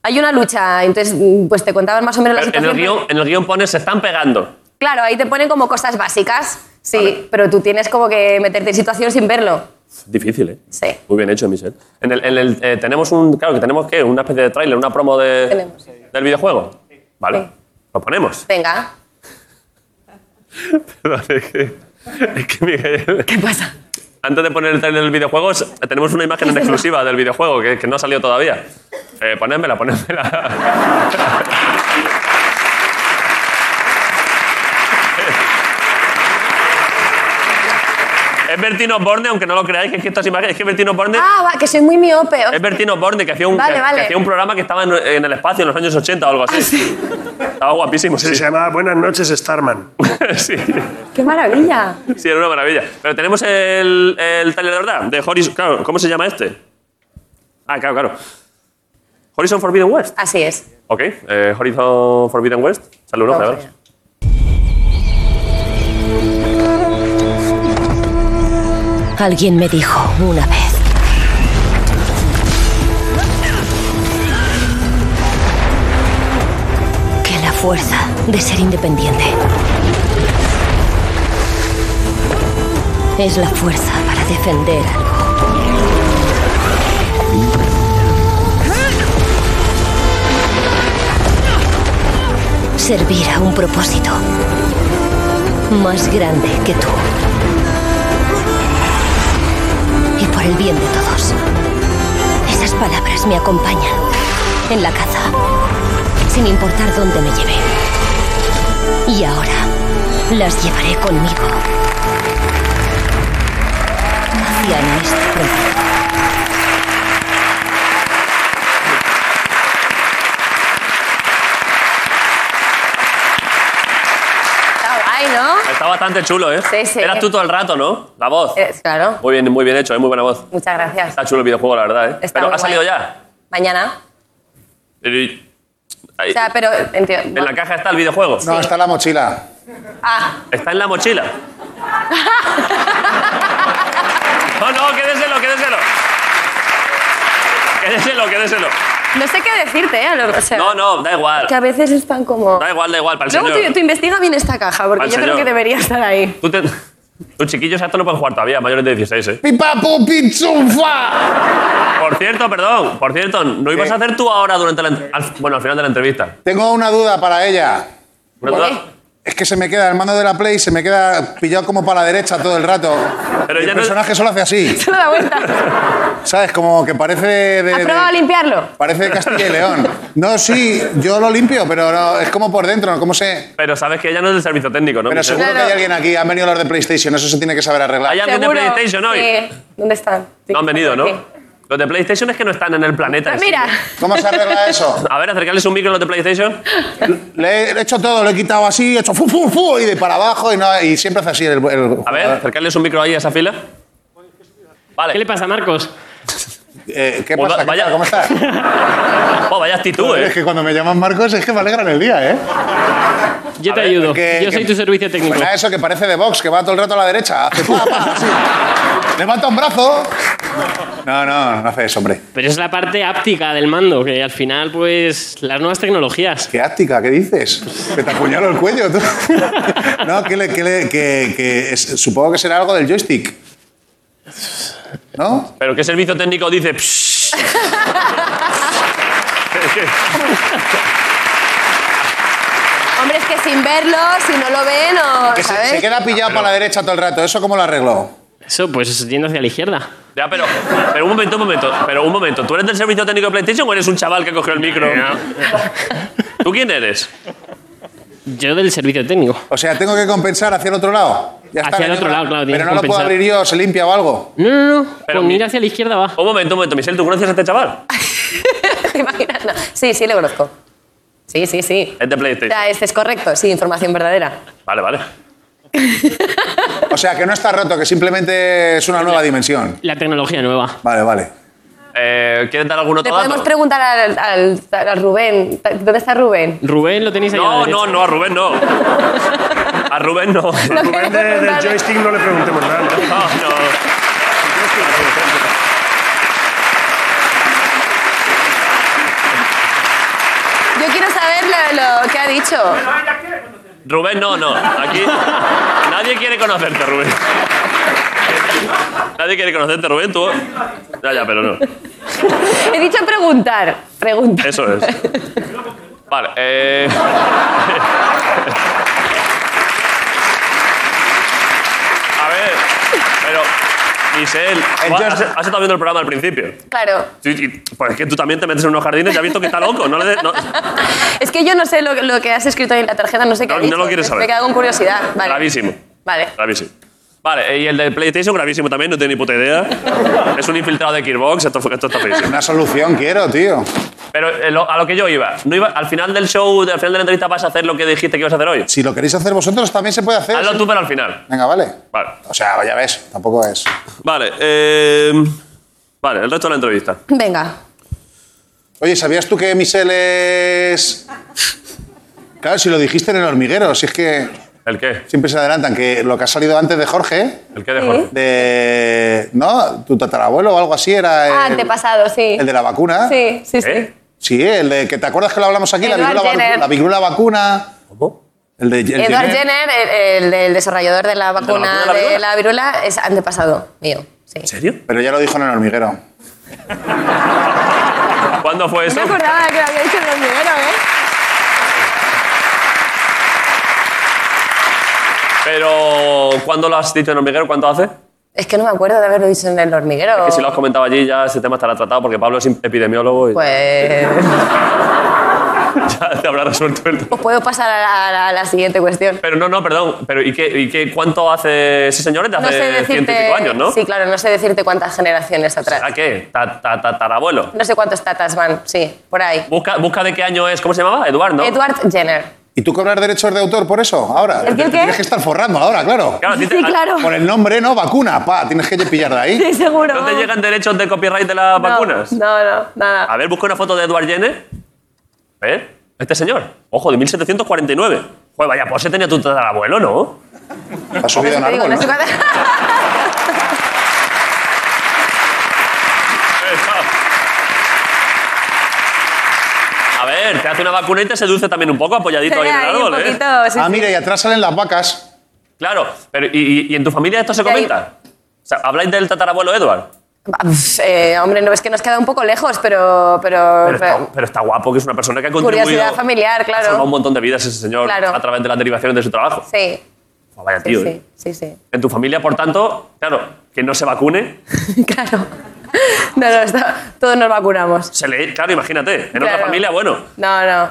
[SPEAKER 10] Hay una lucha, entonces mm, pues te contaban más o menos la
[SPEAKER 1] Pero en, el
[SPEAKER 10] situación.
[SPEAKER 1] guión, en el guión pones, se están pegando.
[SPEAKER 10] pero- Claro, ahí te ponen como cosas básicas, sí, pero tú tienes como que meterte en situación sin verlo.
[SPEAKER 1] Difícil, ¿eh?
[SPEAKER 10] Sí.
[SPEAKER 1] Muy bien hecho, Michelle. En el, en el, eh, tenemos un... Claro, que tenemos, ¿qué? Una especie de tráiler, una promo de,
[SPEAKER 10] Tenemos.
[SPEAKER 1] del videojuego. Vale.
[SPEAKER 10] Sí.
[SPEAKER 1] Lo ponemos.
[SPEAKER 10] Venga,
[SPEAKER 1] [laughs] Perdón, es que, es que, Miguel...
[SPEAKER 10] ¿qué pasa?
[SPEAKER 1] Antes de poner el tráiler del videojuego, s- tenemos una imagen en exclusiva del videojuego que, que no ha salido todavía. Eh, ponédmela, ponédmela. [laughs] es Bertino Borne, aunque no lo creáis, que es que estas imágenes. Es que Bertino Borne.
[SPEAKER 10] Ah, va, que soy muy miope.
[SPEAKER 1] Es Bertino Borne, que hacía, un,
[SPEAKER 10] Vale,
[SPEAKER 1] que- que
[SPEAKER 10] vale. Ah,
[SPEAKER 1] hacía un programa que estaba en, en el espacio en los años 80 o algo así. Estaba guapísimo, sí.
[SPEAKER 7] Se llamaba Buenas noches,
[SPEAKER 1] [laughs]
[SPEAKER 7] Starman.
[SPEAKER 1] sí.
[SPEAKER 10] ¡Qué maravilla!
[SPEAKER 1] Sí, era una maravilla. Pero tenemos el, el trailer de verdad, de Horizon. Claro, ¿cómo se llama este? Ah, claro, claro. Horizon Forbidden West.
[SPEAKER 10] Así es.
[SPEAKER 1] Ok, eh, Horizon Forbidden West. Sale uno,
[SPEAKER 10] Vamos
[SPEAKER 1] a ver.
[SPEAKER 10] allá.
[SPEAKER 11] Alguien me dijo una vez. Que la fuerza de ser independiente es la fuerza para defender algo. Servir a un propósito más grande que tú y por el bien de todos. Esas palabras me acompañan en la caza, sin importar dónde me lleve. Y ahora las llevaré conmigo hacia nuestro proyecto.
[SPEAKER 10] Está guay, ¿no?
[SPEAKER 1] Está bastante chulo, ¿eh?
[SPEAKER 10] Sí, sí.
[SPEAKER 1] Eras tú todo el rato, ¿no? La voz.
[SPEAKER 10] Eh, claro,
[SPEAKER 1] Muy bien, muy bien hecho, ¿eh? muy buena voz.
[SPEAKER 10] muchas gracias.
[SPEAKER 1] Está chulo el videojuego, la verdad, ¿eh?
[SPEAKER 10] Está
[SPEAKER 1] Pero
[SPEAKER 10] muy
[SPEAKER 1] ha salido
[SPEAKER 10] guay.
[SPEAKER 1] ya.
[SPEAKER 10] Mañana.
[SPEAKER 1] Y- ahí.
[SPEAKER 10] O sea, pero... enti-
[SPEAKER 1] En la caja está el videojuego.
[SPEAKER 4] No, está en la mochila.
[SPEAKER 10] Ah,
[SPEAKER 1] Está en la mochila.
[SPEAKER 10] [laughs]
[SPEAKER 1] No, no, quédeselo, quédeselo. Quédeselo, quédeselo.
[SPEAKER 10] No sé qué decirte, ¿eh? Lo- o sea,
[SPEAKER 1] No, no, da igual.
[SPEAKER 10] Que a veces están como...
[SPEAKER 1] Da igual, da igual, para el
[SPEAKER 10] Luego
[SPEAKER 1] señor.
[SPEAKER 10] tú, tú investiga bien esta caja, porque
[SPEAKER 1] Al
[SPEAKER 10] yo creo
[SPEAKER 1] señor.
[SPEAKER 10] que debería estar ahí. [laughs]
[SPEAKER 1] Tú te- Los chiquillos a esto no pueden jugar todavía, mayores de 16, ¿eh?
[SPEAKER 4] ¡Pipapo, pichufa!
[SPEAKER 1] Por cierto, perdón, por cierto, ¿no ibas a hacer tú ahora durante la... en- al- Bueno, al final de la entrevista.
[SPEAKER 4] Tengo una duda para ella.
[SPEAKER 1] Una duda-
[SPEAKER 4] Es que se me queda el mando de la Play, se me queda pillado como para la derecha todo el rato.
[SPEAKER 1] Pero
[SPEAKER 4] Y
[SPEAKER 1] ya
[SPEAKER 4] el
[SPEAKER 1] no-
[SPEAKER 4] personaje solo hace así.
[SPEAKER 10] Solo da vuelta.
[SPEAKER 4] ¿Sabes? Como que parece de,
[SPEAKER 10] ¿Has
[SPEAKER 4] de-
[SPEAKER 10] probado a limpiarlo?
[SPEAKER 4] parece de Castilla y León. No, sí, yo lo limpio, pero no, es como por dentro, ¿cómo sé?
[SPEAKER 1] Pero sabes que ella no es del servicio técnico, ¿no?
[SPEAKER 4] Pero
[SPEAKER 1] Michelle?
[SPEAKER 4] seguro que hay alguien aquí, han venido los de PlayStation, eso se tiene que saber arreglar.
[SPEAKER 1] Hay alguien de
[SPEAKER 10] Seguro.
[SPEAKER 1] PlayStation hoy.
[SPEAKER 10] Sí. ¿Dónde están? Sí,
[SPEAKER 1] No han venido, ¿no?
[SPEAKER 10] aquí.
[SPEAKER 1] Los de PlayStation es que no están en el planeta.
[SPEAKER 10] Ah,
[SPEAKER 1] en sí.
[SPEAKER 10] mira.
[SPEAKER 4] ¿Cómo se arregla eso?
[SPEAKER 1] A ver, acercarles un micro a los de PlayStation.
[SPEAKER 4] Le he hecho todo, lo he quitado así, he hecho fu, fu, fu, y de para abajo, y, no, y siempre hace así el, el
[SPEAKER 1] A
[SPEAKER 12] Ah.
[SPEAKER 1] ver, acercarles un micro ahí a esa fila. Vale.
[SPEAKER 12] ¿Qué le pasa, Marcos?
[SPEAKER 4] Eh, ¿Qué
[SPEAKER 1] Pues va-
[SPEAKER 4] pasa? ¿Qué
[SPEAKER 1] vaya-
[SPEAKER 4] tal? ¿Cómo estás?
[SPEAKER 1] Oh, vaya actitud,
[SPEAKER 4] Joder, Es
[SPEAKER 1] ¿eh?
[SPEAKER 4] que cuando me llaman Marcos es que me alegran el día, ¿eh?
[SPEAKER 12] Yo te
[SPEAKER 1] ver,
[SPEAKER 12] ayudo.
[SPEAKER 4] que-
[SPEAKER 12] Yo soy
[SPEAKER 4] que-
[SPEAKER 12] tu servicio técnico.
[SPEAKER 4] Pues nada, eso que parece de box, que va todo el rato a la derecha. Hace pa, pa, así. Levanta un brazo. No, no, no hace eso, hombre.
[SPEAKER 12] Pero es la parte áptica del mando, que al final, pues, las nuevas tecnologías. Pues-
[SPEAKER 4] ¿Qué áctica? ¿Qué dices? Que te apuñalo el cuello, tú. No, que, le- que le- que- que es- supongo que será algo del joystick. ¿No?
[SPEAKER 1] Pero ¿qué servicio técnico dice? "Psh"?
[SPEAKER 10] Hombre, es que sin verlo, si no lo ven o...
[SPEAKER 4] Que se,
[SPEAKER 10] ¿Sabes?
[SPEAKER 4] se queda pillado para la derecha todo el rato. ¿Eso cómo lo arregló?
[SPEAKER 12] Eso, pues, yendo hacia la izquierda.
[SPEAKER 1] Ya, pero, pero un momento, un momento. Pero un momento. ¿Tú eres del servicio técnico de PlayStation o eres un chaval que cogió el micro? ¿Tú quién eres?
[SPEAKER 12] Yo del servicio técnico.
[SPEAKER 4] O sea, tengo que compensar hacia el otro lado. Ya
[SPEAKER 12] Hacia el otro
[SPEAKER 4] venga.
[SPEAKER 12] lado, claro, tienes
[SPEAKER 4] Pero
[SPEAKER 12] que
[SPEAKER 4] no lo puedo
[SPEAKER 12] compensar.
[SPEAKER 4] abrir yo, se limpia o algo.
[SPEAKER 12] No, no, no.
[SPEAKER 1] Pero
[SPEAKER 12] Con
[SPEAKER 1] mi-
[SPEAKER 12] ir Pues hacia la izquierda va.
[SPEAKER 1] Un momento, un momento. Michelle, ¿tú conoces a este chaval?
[SPEAKER 10] [laughs] ¿Te imaginas? No. Sí, sí, le conozco. Sí, sí, sí.
[SPEAKER 1] Es de
[SPEAKER 10] O
[SPEAKER 1] PlayStation.
[SPEAKER 10] sea, este es correcto, sí, información verdadera.
[SPEAKER 1] Vale, vale.
[SPEAKER 4] O sea, que no está roto, que simplemente es una nueva dimensión.
[SPEAKER 12] La tecnología nueva.
[SPEAKER 4] Vale, vale.
[SPEAKER 1] Eh, ¿Quieres dar algún
[SPEAKER 10] Le
[SPEAKER 1] otro
[SPEAKER 10] podemos
[SPEAKER 1] dato?
[SPEAKER 10] preguntar al, al- a Rubén. ¿Dónde está Rubén?
[SPEAKER 12] Rubén lo tenéis ahí a la
[SPEAKER 1] No,
[SPEAKER 12] derecha.
[SPEAKER 1] no, no, a Rubén no. A
[SPEAKER 12] [laughs]
[SPEAKER 1] Rubén no.
[SPEAKER 7] A Rubén de- del
[SPEAKER 10] [laughs] preguntarle.
[SPEAKER 7] joystick no le preguntemos nada. ¿no?
[SPEAKER 1] No, no.
[SPEAKER 10] Yo quiero saber lo, lo que ha dicho.
[SPEAKER 1] Rubén, no, no. Aquí nadie quiere conocerte, Rubén. Nadie quiere conocerte, Rubén, tú. Ya, ya, pero no.
[SPEAKER 10] He dicho preguntar. Preguntar.
[SPEAKER 1] Eso es. Vale, eh... A ver, pero... Michelle,
[SPEAKER 4] El
[SPEAKER 1] tú has,
[SPEAKER 4] Just-
[SPEAKER 1] has estado viendo el programa al principio.
[SPEAKER 10] Claro.
[SPEAKER 1] Sí, sí, Pues es que tú también te metes en unos jardines y has visto que está loco. No, le de- no-
[SPEAKER 10] [laughs] Es que yo no sé lo, lo que has escrito ahí en la tarjeta, no sé qué
[SPEAKER 1] No,
[SPEAKER 10] ha
[SPEAKER 1] no
[SPEAKER 10] dicho.
[SPEAKER 1] lo quieres
[SPEAKER 10] Me-
[SPEAKER 1] saber.
[SPEAKER 10] Me queda con curiosidad. Vale.
[SPEAKER 1] Gravísimo.
[SPEAKER 10] Vale.
[SPEAKER 1] Gravísimo. Vale, eh, y el de PlayStation, gravísimo también, no tengo ni puta idea. Es un infiltrado de Gearbox, esto, fue- esto está feísimo.
[SPEAKER 4] Una solución quiero, tío.
[SPEAKER 1] Pero eh, lo- a lo que yo iba, no iba, al final del show, al final de la entrevista, vas a hacer lo que dijiste que ibas a hacer hoy.
[SPEAKER 4] Si lo queréis hacer vosotros, también se puede hacer.
[SPEAKER 1] Hazlo tú, pero al final.
[SPEAKER 4] Venga, vale.
[SPEAKER 1] Vale.
[SPEAKER 4] O sea, ya ves, tampoco es.
[SPEAKER 1] Vale, eh, vale, el resto de la entrevista.
[SPEAKER 10] Venga.
[SPEAKER 4] Oye, ¿sabías tú que Michelle es. Claro, si lo dijiste en el hormiguero, si es que
[SPEAKER 1] ¿El qué?
[SPEAKER 4] siempre se adelantan, que lo que ha salido antes de Jorge,
[SPEAKER 1] ¿El qué de Jorge?
[SPEAKER 4] de. ¿No? Tu tatarabuelo o algo así era. El,
[SPEAKER 10] Ah, antepasado, sí.
[SPEAKER 4] Eh, El de la vacuna.
[SPEAKER 10] Sí, sí, sí.
[SPEAKER 1] ¿Eh?
[SPEAKER 4] Sí, el de. que ¿Te acuerdas que lo hablamos aquí? La
[SPEAKER 10] Edward
[SPEAKER 4] viruela, vacu-
[SPEAKER 10] Jenner.
[SPEAKER 4] la viruela vacuna. ¿Cómo? El de. el
[SPEAKER 10] Edward
[SPEAKER 4] Jenner.
[SPEAKER 10] Jenner, el, el- el desarrollador de la
[SPEAKER 1] de la
[SPEAKER 10] vacuna
[SPEAKER 1] vacuna de la
[SPEAKER 10] de la viruela, es antepasado mío. Sí.
[SPEAKER 1] ¿En serio?
[SPEAKER 4] Pero ya lo dijo en el hormiguero.
[SPEAKER 1] ¿Cuándo fue eso?
[SPEAKER 10] No me acordaba que lo había dicho el primero, ¿eh?
[SPEAKER 1] Pero, ¿cuándo lo has dicho en Hormiguero? ¿Cuánto hace?
[SPEAKER 10] Es que no me acuerdo de haberlo dicho en el hormiguero.
[SPEAKER 1] Que si lo has comentado allí ya ese tema estará tratado porque Pablo es epidemiólogo y
[SPEAKER 10] Pues,
[SPEAKER 1] [laughs] ya te habrá resuelto el tema.
[SPEAKER 10] pues puedo pasar a la, a la- a la siguiente cuestión.
[SPEAKER 1] Pero no, no, perdón. Pero ¿y qué, y qué cuánto hace ese señor? Desde
[SPEAKER 10] No sé
[SPEAKER 1] hace ciento y
[SPEAKER 10] decirte.
[SPEAKER 1] pico años, ¿no?
[SPEAKER 10] Sí, claro, no sé decirte cuántas generaciones atrás.
[SPEAKER 1] ¿A qué? Ta- ta- ta- Tatarabuelo.
[SPEAKER 10] No sé cuántos tatas van, sí, por ahí.
[SPEAKER 1] Busca, busca de qué año es. ¿Cómo se llamaba? Eduardo, ¿no?
[SPEAKER 10] Edward Jenner.
[SPEAKER 4] ¿Y tú cobras derechos de autor por eso? Ahora.
[SPEAKER 10] ¿El qué, el qué?
[SPEAKER 4] Tienes que estar forrando ahora, claro.
[SPEAKER 1] Claro, a ti te-
[SPEAKER 10] [laughs] Sí, claro.
[SPEAKER 4] Por el nombre, ¿no? Vacuna, pa. Tienes que pillar de
[SPEAKER 10] [laughs]
[SPEAKER 4] ahí.
[SPEAKER 10] Sí, seguro.
[SPEAKER 1] ¿No te llegan derechos de copyright de las
[SPEAKER 10] No,
[SPEAKER 1] vacunas?
[SPEAKER 10] No, no, nada.
[SPEAKER 1] A ver, busca una foto de Edward Jenner. ¿Eh? Este señor. Ojo, de 1749. Joder, vaya pose tenía tu tatarabuelo, ¿no?
[SPEAKER 4] Ha subido un
[SPEAKER 10] Te digo,
[SPEAKER 4] árbol,
[SPEAKER 10] no sé
[SPEAKER 4] ¿no?
[SPEAKER 1] [laughs]
[SPEAKER 10] cuántas-
[SPEAKER 1] ver, te hace una vacuna y te seduce también un poco apoyadito ahí en el
[SPEAKER 10] Ahí un
[SPEAKER 1] árbol, ¿eh?
[SPEAKER 10] poquito, sí,
[SPEAKER 4] ah,
[SPEAKER 10] sí.
[SPEAKER 4] mira, y atrás salen las vacas.
[SPEAKER 1] Claro, pero ¿y, y- y en tu familia esto se
[SPEAKER 10] Que hay-
[SPEAKER 1] comenta? O sea, ¿Habláis del tatarabuelo Edward?
[SPEAKER 10] Bah, pf, eh, hombre, no es que nos queda un poco lejos, pero. pero,
[SPEAKER 1] Pero
[SPEAKER 10] pero-
[SPEAKER 1] está, pero está guapo, que es una persona que ha contribuido
[SPEAKER 10] Pues curiosidad familiar,
[SPEAKER 1] ha salvado un
[SPEAKER 10] claro.
[SPEAKER 1] montón de vidas ese señor
[SPEAKER 10] Claro.
[SPEAKER 1] a través de las derivaciones de su trabajo.
[SPEAKER 10] Sí,
[SPEAKER 1] Oh, vaya
[SPEAKER 10] sí,
[SPEAKER 1] tío.
[SPEAKER 10] sí,
[SPEAKER 1] ¿eh?
[SPEAKER 10] sí, sí.
[SPEAKER 1] En tu familia, por tanto, claro, que no se vacune,
[SPEAKER 10] [laughs] Claro. No, no, está- todos nos vacunamos.
[SPEAKER 1] se le... Claro, imagínate, en otra
[SPEAKER 10] Claro.
[SPEAKER 1] familia, bueno.
[SPEAKER 10] No, no.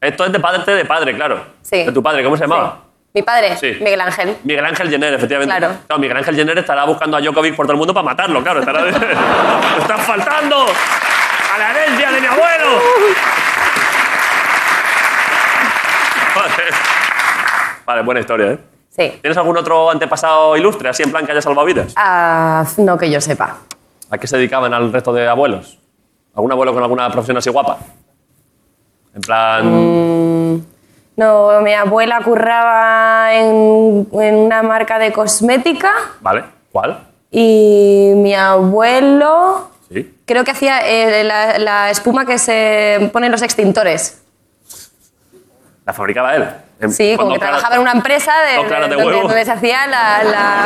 [SPEAKER 1] Esto es de parte de padre, claro.
[SPEAKER 10] Sí.
[SPEAKER 1] De tu padre, ¿cómo se llamaba?
[SPEAKER 10] Mi padre,
[SPEAKER 1] Sí.
[SPEAKER 10] Miguel Ángel.
[SPEAKER 1] Miguel Ángel Jenner, efectivamente.
[SPEAKER 10] Claro.
[SPEAKER 1] Miguel Ángel Jenner estará buscando a Djokovic por todo el mundo para matarlo, claro. Estará de... [laughs] ¡Estás faltando a la herencia de mi abuelo! [laughs] Vale. Vale, buena historia, ¿eh?
[SPEAKER 10] Sí.
[SPEAKER 1] ¿Tienes algún otro antepasado ilustre, así en plan que haya salvado vidas?
[SPEAKER 10] Ah, no que yo sepa.
[SPEAKER 1] ¿A qué se dedicaban al resto de abuelos? ¿Algún abuelo con alguna profesión así guapa? En
[SPEAKER 10] Mm.
[SPEAKER 1] plan...
[SPEAKER 10] No, mi abuela curraba en, en una marca de cosmética
[SPEAKER 1] ¿Vale? ¿Cuál?
[SPEAKER 10] y mi abuelo
[SPEAKER 1] Sí.
[SPEAKER 10] creo que hacía eh, la, la espuma que se pone en los extintores.
[SPEAKER 1] La fabricaba él. En-
[SPEAKER 10] Sí, como
[SPEAKER 1] cuando
[SPEAKER 10] que
[SPEAKER 1] Clara-
[SPEAKER 10] trabajaba en una empresa de,
[SPEAKER 1] Con claras de
[SPEAKER 10] donde,
[SPEAKER 1] huevo.
[SPEAKER 10] donde se hacía
[SPEAKER 1] [laughs]
[SPEAKER 10] la... la-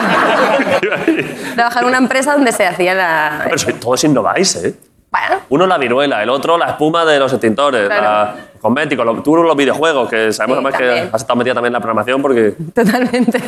[SPEAKER 10] trabajaba en una empresa donde se hacía la...
[SPEAKER 1] [laughs] Pero soy- todos innováis, ¿eh?
[SPEAKER 10] Bueno,
[SPEAKER 1] Uno la viruela, el otro la espuma de los extintores,
[SPEAKER 10] Claro.
[SPEAKER 1] la- los cosméticos, lo- tú los videojuegos, que sabemos
[SPEAKER 10] Sí,
[SPEAKER 1] además
[SPEAKER 10] también.
[SPEAKER 1] que has estado metida también en la programación porque... pues,
[SPEAKER 10] totalmente. [laughs]